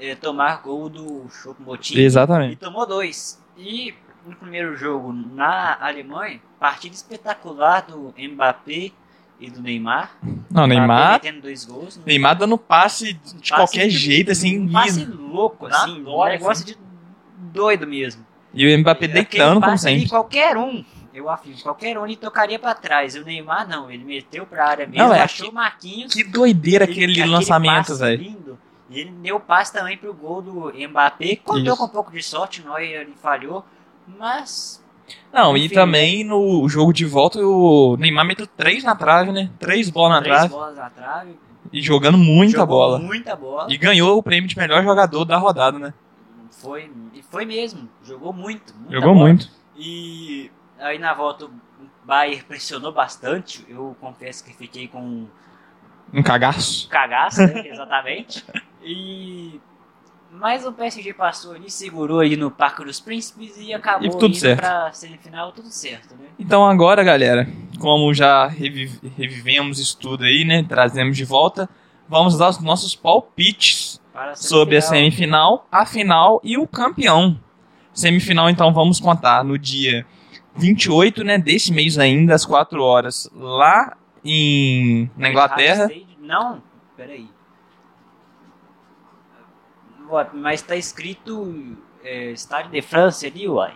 Speaker 2: eh, tomar gol do Choupo-Moting e
Speaker 1: Exatamente.
Speaker 2: tomou dois. E no primeiro jogo na Alemanha, partida espetacular do Mbappé e do Neymar.
Speaker 1: Não,
Speaker 2: Mbappé
Speaker 1: Neymar,
Speaker 2: metendo dois gols. né? num-
Speaker 1: Neymar dando passe de
Speaker 2: passe
Speaker 1: qualquer jeito, assim,
Speaker 2: um passe
Speaker 1: liso.
Speaker 2: louco,
Speaker 1: Na
Speaker 2: assim, um
Speaker 1: hora,
Speaker 2: negócio de doido mesmo.
Speaker 1: E o Mbappé
Speaker 2: Aquele
Speaker 1: deitando, como
Speaker 2: passe ali,
Speaker 1: sempre.
Speaker 2: qualquer um, eu afirmo, qualquer um ele tocaria pra trás. O Neymar não, ele meteu pra área mesmo,
Speaker 1: Não, é
Speaker 2: achou o Marquinhos.
Speaker 1: Que doideira
Speaker 2: ele-
Speaker 1: aquele lançamento,
Speaker 2: passe
Speaker 1: velho.
Speaker 2: lindo. E ele deu passe também pro gol do Mbappé, contou
Speaker 1: Isso.
Speaker 2: com um pouco de sorte, o Neuer ele falhou, mas
Speaker 1: Não, e
Speaker 2: Enfim,
Speaker 1: também no jogo de volta o Neymar meteu três na trave, né? Três bolas na
Speaker 2: três
Speaker 1: trave.
Speaker 2: bolas na trave,
Speaker 1: E jogando muita
Speaker 2: jogou
Speaker 1: bola.
Speaker 2: muita bola,
Speaker 1: E ganhou o prêmio de melhor jogador da rodada, né?
Speaker 2: foi, e foi mesmo, jogou muito, muita
Speaker 1: Jogou
Speaker 2: bola.
Speaker 1: muito.
Speaker 2: E aí na volta o Bayern pressionou bastante, eu confesso que fiquei com
Speaker 1: Um cagaço.
Speaker 2: cagaço, né? exatamente. E mas o PSG passou ali, segurou ali no Parque dos Príncipes e acabou
Speaker 1: E tudo
Speaker 2: indo
Speaker 1: certo.
Speaker 2: pra semifinal, tudo certo, né?
Speaker 1: Então agora, galera, como já revi- revivemos isso tudo aí, né? Trazemos de volta, vamos dar os nossos palpites
Speaker 2: Para
Speaker 1: sobre a
Speaker 2: semifinal.
Speaker 1: semifinal, a final e o campeão. Semifinal, então, vamos contar no dia 28, né, desse mês ainda, às 4 horas, lá em, na Inglaterra.
Speaker 2: Rádio Stadium- Não, peraí. Ué, Mas tá escrito é, Estádio de França ali, uai.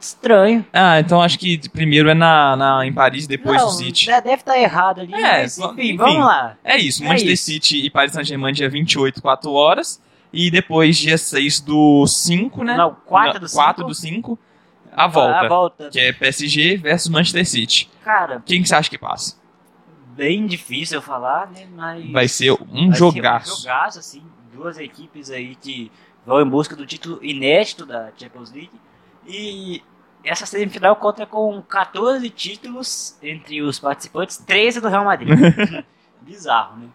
Speaker 2: Estranho.
Speaker 1: Ah, então acho que primeiro é na, na- em Paris, depois
Speaker 2: não,
Speaker 1: do City.
Speaker 2: já deve estar errado ali,
Speaker 1: É,
Speaker 2: mas
Speaker 1: va-
Speaker 2: enfim,
Speaker 1: enfim.
Speaker 2: vamos lá.
Speaker 1: É isso,
Speaker 2: É
Speaker 1: Manchester
Speaker 2: isso.
Speaker 1: City e Paris Saint-Germain dia 28, 4 horas. E depois, dia 6 do 5, né?
Speaker 2: Não, 4 do
Speaker 1: 4
Speaker 2: cinco.
Speaker 1: do 5, a volta.
Speaker 2: A volta.
Speaker 1: Que é PSG versus Manchester City.
Speaker 2: Cara,
Speaker 1: Quem que você acha que passa?
Speaker 2: bem difícil eu falar, né? Mas.
Speaker 1: Vai ser um
Speaker 2: vai ser
Speaker 1: jogaço.
Speaker 2: Um jogaço, assim. Duas equipes aí que vão em busca do título inédito da Champions League. E essa semifinal conta com 14 títulos entre os participantes, 13 do Real Madrid. Bizarro, né?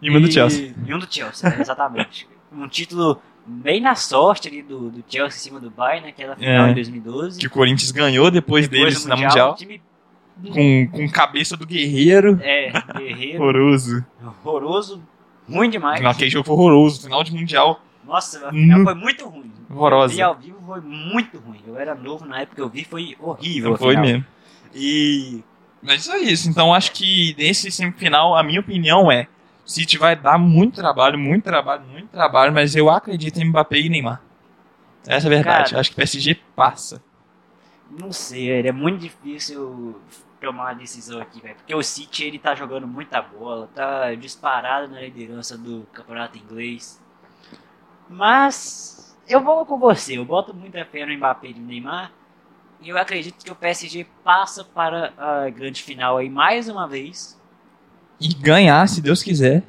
Speaker 1: E manda o Chelsea.
Speaker 2: E um do Chelsea, né? exatamente. um título bem na sorte ali do, do Chelsea em cima do Bayern, né, naquela final
Speaker 1: É.
Speaker 2: em 2012.
Speaker 1: Que o Corinthians ganhou depois, deles
Speaker 2: do
Speaker 1: na Mundial.
Speaker 2: um time,
Speaker 1: Com, com cabeça do guerreiro.
Speaker 2: é, guerreiro,
Speaker 1: Horroroso.
Speaker 2: horroroso, ruim demais.
Speaker 1: Final, aquele jogo foi horroroso. Final de Mundial,
Speaker 2: Nossa, a
Speaker 1: Hum.
Speaker 2: final foi muito ruim.
Speaker 1: horrorosa.
Speaker 2: é E ao vivo foi muito ruim. Eu era novo na época que eu vi, foi horrível. a
Speaker 1: Foi
Speaker 2: final.
Speaker 1: mesmo.
Speaker 2: E
Speaker 1: Mas é isso. Então acho que nesse semifinal, a minha opinião é: o City vai dar muito trabalho, muito trabalho, muito trabalho, mas eu acredito em Mbappé e Neymar. Essa é a verdade.
Speaker 2: Cara.
Speaker 1: Acho que o PSG passa.
Speaker 2: não sei, velho, é muito difícil tomar uma decisão aqui, velho. Porque o City ele tá jogando muita bola, tá disparado na liderança do campeonato inglês. Mas eu vou com você, eu boto muita fé no Mbappé e no Neymar. E eu acredito que o PSG passa para a grande final aí mais uma vez.
Speaker 1: E ganhar, se Deus quiser,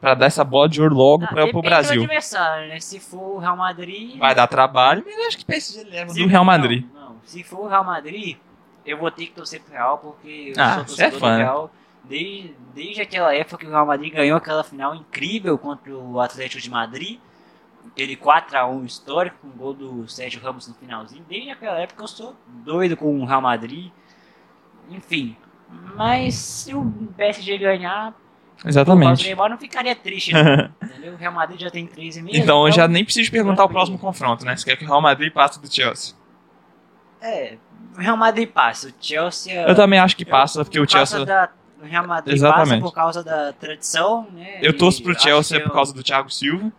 Speaker 1: pra dar essa bola de ouro logo
Speaker 2: Ah,
Speaker 1: pra, pro
Speaker 2: depende do
Speaker 1: Brasil.
Speaker 2: adversário, né? Se for o Real Madrid.
Speaker 1: Vai dar trabalho, mas eu acho que o PSG leva
Speaker 2: Se-
Speaker 1: do Real
Speaker 2: não,
Speaker 1: Madrid.
Speaker 2: Não, Se for o Real Madrid, eu vou ter que torcer pro Real, porque eu
Speaker 1: Ah,
Speaker 2: sou
Speaker 1: você
Speaker 2: torcedor
Speaker 1: é
Speaker 2: do
Speaker 1: fã, né?
Speaker 2: Real desde, desde aquela época que o Real Madrid ganhou aquela final incrível contra o Atlético de Madrid. Aquele 4x1 histórico, com o gol do Sérgio Ramos no finalzinho. Desde aquela época eu sou doido com o Real Madrid. Enfim. Mas se o PSG ganhar, o
Speaker 1: Exatamente.
Speaker 2: Neymar não ficaria triste, não, entendeu? O Real Madrid já tem 13 mil.
Speaker 1: Então eu já nem preciso perguntar o
Speaker 2: tranquilo.
Speaker 1: próximo confronto, né? Você quer que o Real Madrid passe do Chelsea?
Speaker 2: É, o Real Madrid passa. O Chelsea.
Speaker 1: Eu também acho que
Speaker 2: É. Eu-
Speaker 1: passa, porque o
Speaker 2: por causa
Speaker 1: Chelsea.
Speaker 2: da- o Real Madrid
Speaker 1: Exatamente.
Speaker 2: passa por causa da tradição, né?
Speaker 1: É, Eu torço pro Chelsea por causa do Thiago Silva.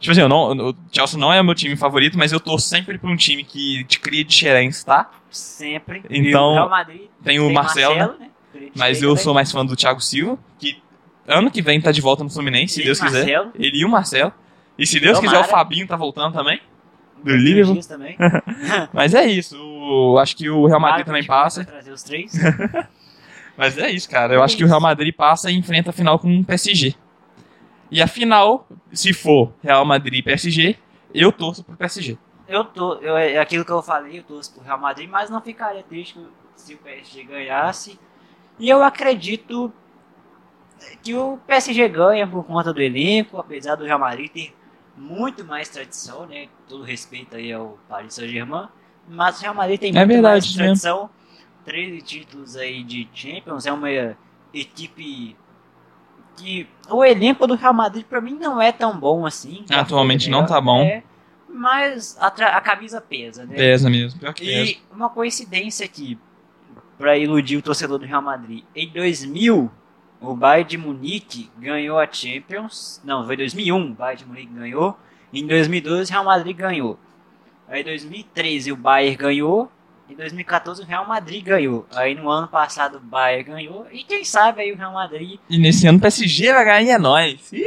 Speaker 1: Tipo assim, eu não, o Chelsea não é meu time favorito, mas eu torço sempre pra um time que te cria de xerens, tá?
Speaker 2: do. Sempre.
Speaker 1: Então,
Speaker 2: E o Real Madrid
Speaker 1: Tem o Marcelo, né?
Speaker 2: né?
Speaker 1: mas eu sou mais fã do Thiago Silva, que ano que vem tá de volta no Fluminense, se Deus quiser.
Speaker 2: Marcelo,
Speaker 1: Ele e o Marcelo. E se Deus
Speaker 2: Tomara.
Speaker 1: quiser, o Fabinho tá voltando também. Do
Speaker 2: Rodrigo
Speaker 1: Liverpool.
Speaker 2: Dias também.
Speaker 1: Mas é isso. o- acho que o Real
Speaker 2: Claro
Speaker 1: Madrid
Speaker 2: que
Speaker 1: também
Speaker 2: a gente vai
Speaker 1: passa.
Speaker 2: Trazer os três.
Speaker 1: Mas é isso, cara. Eu acho que o Real Madrid passa e enfrenta a final com o PSG. E a final, se for Real Madrid e PSG, eu torço pro PSG.
Speaker 2: Eu tô, eu, é aquilo que eu falei, eu torço pro Real Madrid, mas não ficaria triste se o PSG ganhasse. E eu acredito que o PSG ganha por conta do elenco, apesar do Real Madrid ter muito mais tradição, né? Todo respeito aí ao Paris Saint-Germain, mas o Real Madrid tem
Speaker 1: É
Speaker 2: muito
Speaker 1: verdade
Speaker 2: mais
Speaker 1: mesmo.
Speaker 2: tradição. 13 títulos aí de Champions, é uma equipe que o elenco do Real Madrid pra mim não é tão bom assim. Já foi
Speaker 1: Atualmente
Speaker 2: melhor,
Speaker 1: não tá bom.
Speaker 2: né? mas a, tra- a camisa pesa, né?
Speaker 1: Pesa mesmo. Pior que pesa.
Speaker 2: E uma coincidência aqui, pra iludir o torcedor do Real Madrid. Em 2000, o Bayern de Munique ganhou a Champions. Não, foi 2001, o Bayern de Munique ganhou. Em 2012, o Real Madrid ganhou. Aí em 2013, o Bayern ganhou. Em 2014, o Real Madrid ganhou. Aí no ano passado, o Bayern ganhou. E quem sabe aí o Real Madrid...
Speaker 1: E nesse ano o PSG vai ganhar e é nóis. Ih,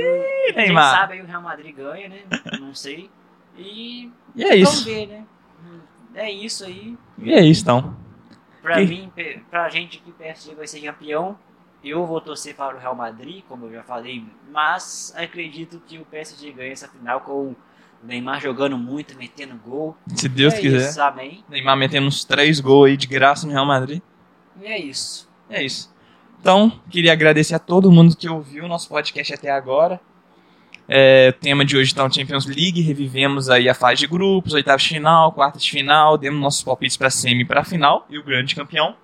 Speaker 2: Quem
Speaker 1: Neymar.
Speaker 2: sabe aí o Real Madrid ganha, né? Não sei. E
Speaker 1: E é
Speaker 2: vamos
Speaker 1: isso.
Speaker 2: ver, né? É isso aí.
Speaker 1: E é isso, então.
Speaker 2: Pra
Speaker 1: E-
Speaker 2: mim, pe- pra gente que o PSG vai ser campeão, eu vou torcer para o Real Madrid, como eu já falei, mas acredito que o PSG ganha essa final com o Neymar jogando muito, metendo gol.
Speaker 1: Se Deus
Speaker 2: é
Speaker 1: quiser.
Speaker 2: Isso, amém.
Speaker 1: Neymar metendo uns três gols aí de graça no Real Madrid.
Speaker 2: E é isso.
Speaker 1: É isso. Então, queria agradecer a todo mundo que ouviu o nosso podcast até agora. É, o tema de hoje está o Champions League, revivemos aí a fase de grupos, oitava de final, quarta de final, demos nossos palpites para semi e para final e o grande campeão.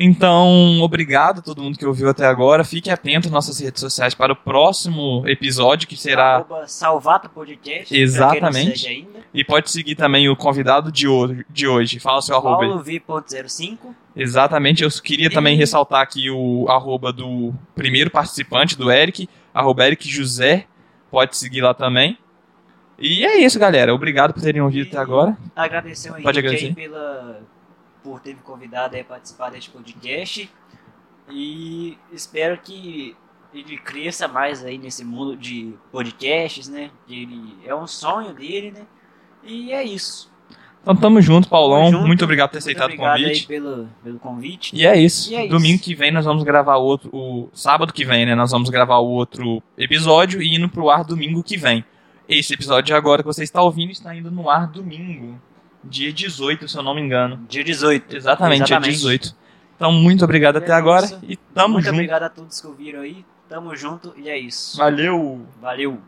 Speaker 1: Então, obrigado a todo mundo que ouviu até agora. Fique atento às nossas redes sociais para o próximo episódio que será
Speaker 2: Arroba Salvato Podcast. Pra quem não
Speaker 1: Exatamente.
Speaker 2: segue ainda.
Speaker 1: e pode seguir também o convidado de hoje. De hoje. Fala seu arroba. aí.
Speaker 2: Paulo V.05.
Speaker 1: Exatamente, eu queria também
Speaker 2: E-
Speaker 1: ressaltar aqui o arroba do primeiro participante, do Eric, arroba Eric José, pode seguir lá também. E é isso, galera. Obrigado por terem ouvido
Speaker 2: E-
Speaker 1: até agora.
Speaker 2: Agradecer o Henrique
Speaker 1: Pode agradecer.
Speaker 2: aí pela, por ter me convidado aí a participar deste podcast. E espero que ele cresça mais aí nesse mundo de podcasts, né? Que Ele é um sonho dele, né? E é isso.
Speaker 1: Então tamo junto, Paulão.
Speaker 2: Tamo junto.
Speaker 1: Muito obrigado por ter
Speaker 2: Muito
Speaker 1: aceitado o
Speaker 2: obrigado
Speaker 1: convite.
Speaker 2: aí pelo, pelo convite.
Speaker 1: E é isso.
Speaker 2: E é isso.
Speaker 1: Domingo que vem nós vamos gravar outro. O sábado que vem, né? Nós vamos gravar o outro episódio e indo pro ar domingo que vem. Esse episódio de agora que você está ouvindo está indo no ar domingo, dia 18, se eu não me engano.
Speaker 2: Dia 18.
Speaker 1: Exatamente, dia 18. Então, muito obrigado até
Speaker 2: É
Speaker 1: agora
Speaker 2: isso.
Speaker 1: e tamo
Speaker 2: Muito
Speaker 1: junto.
Speaker 2: obrigado a todos que ouviram aí. Tamo junto e é isso.
Speaker 1: Valeu!
Speaker 2: Valeu.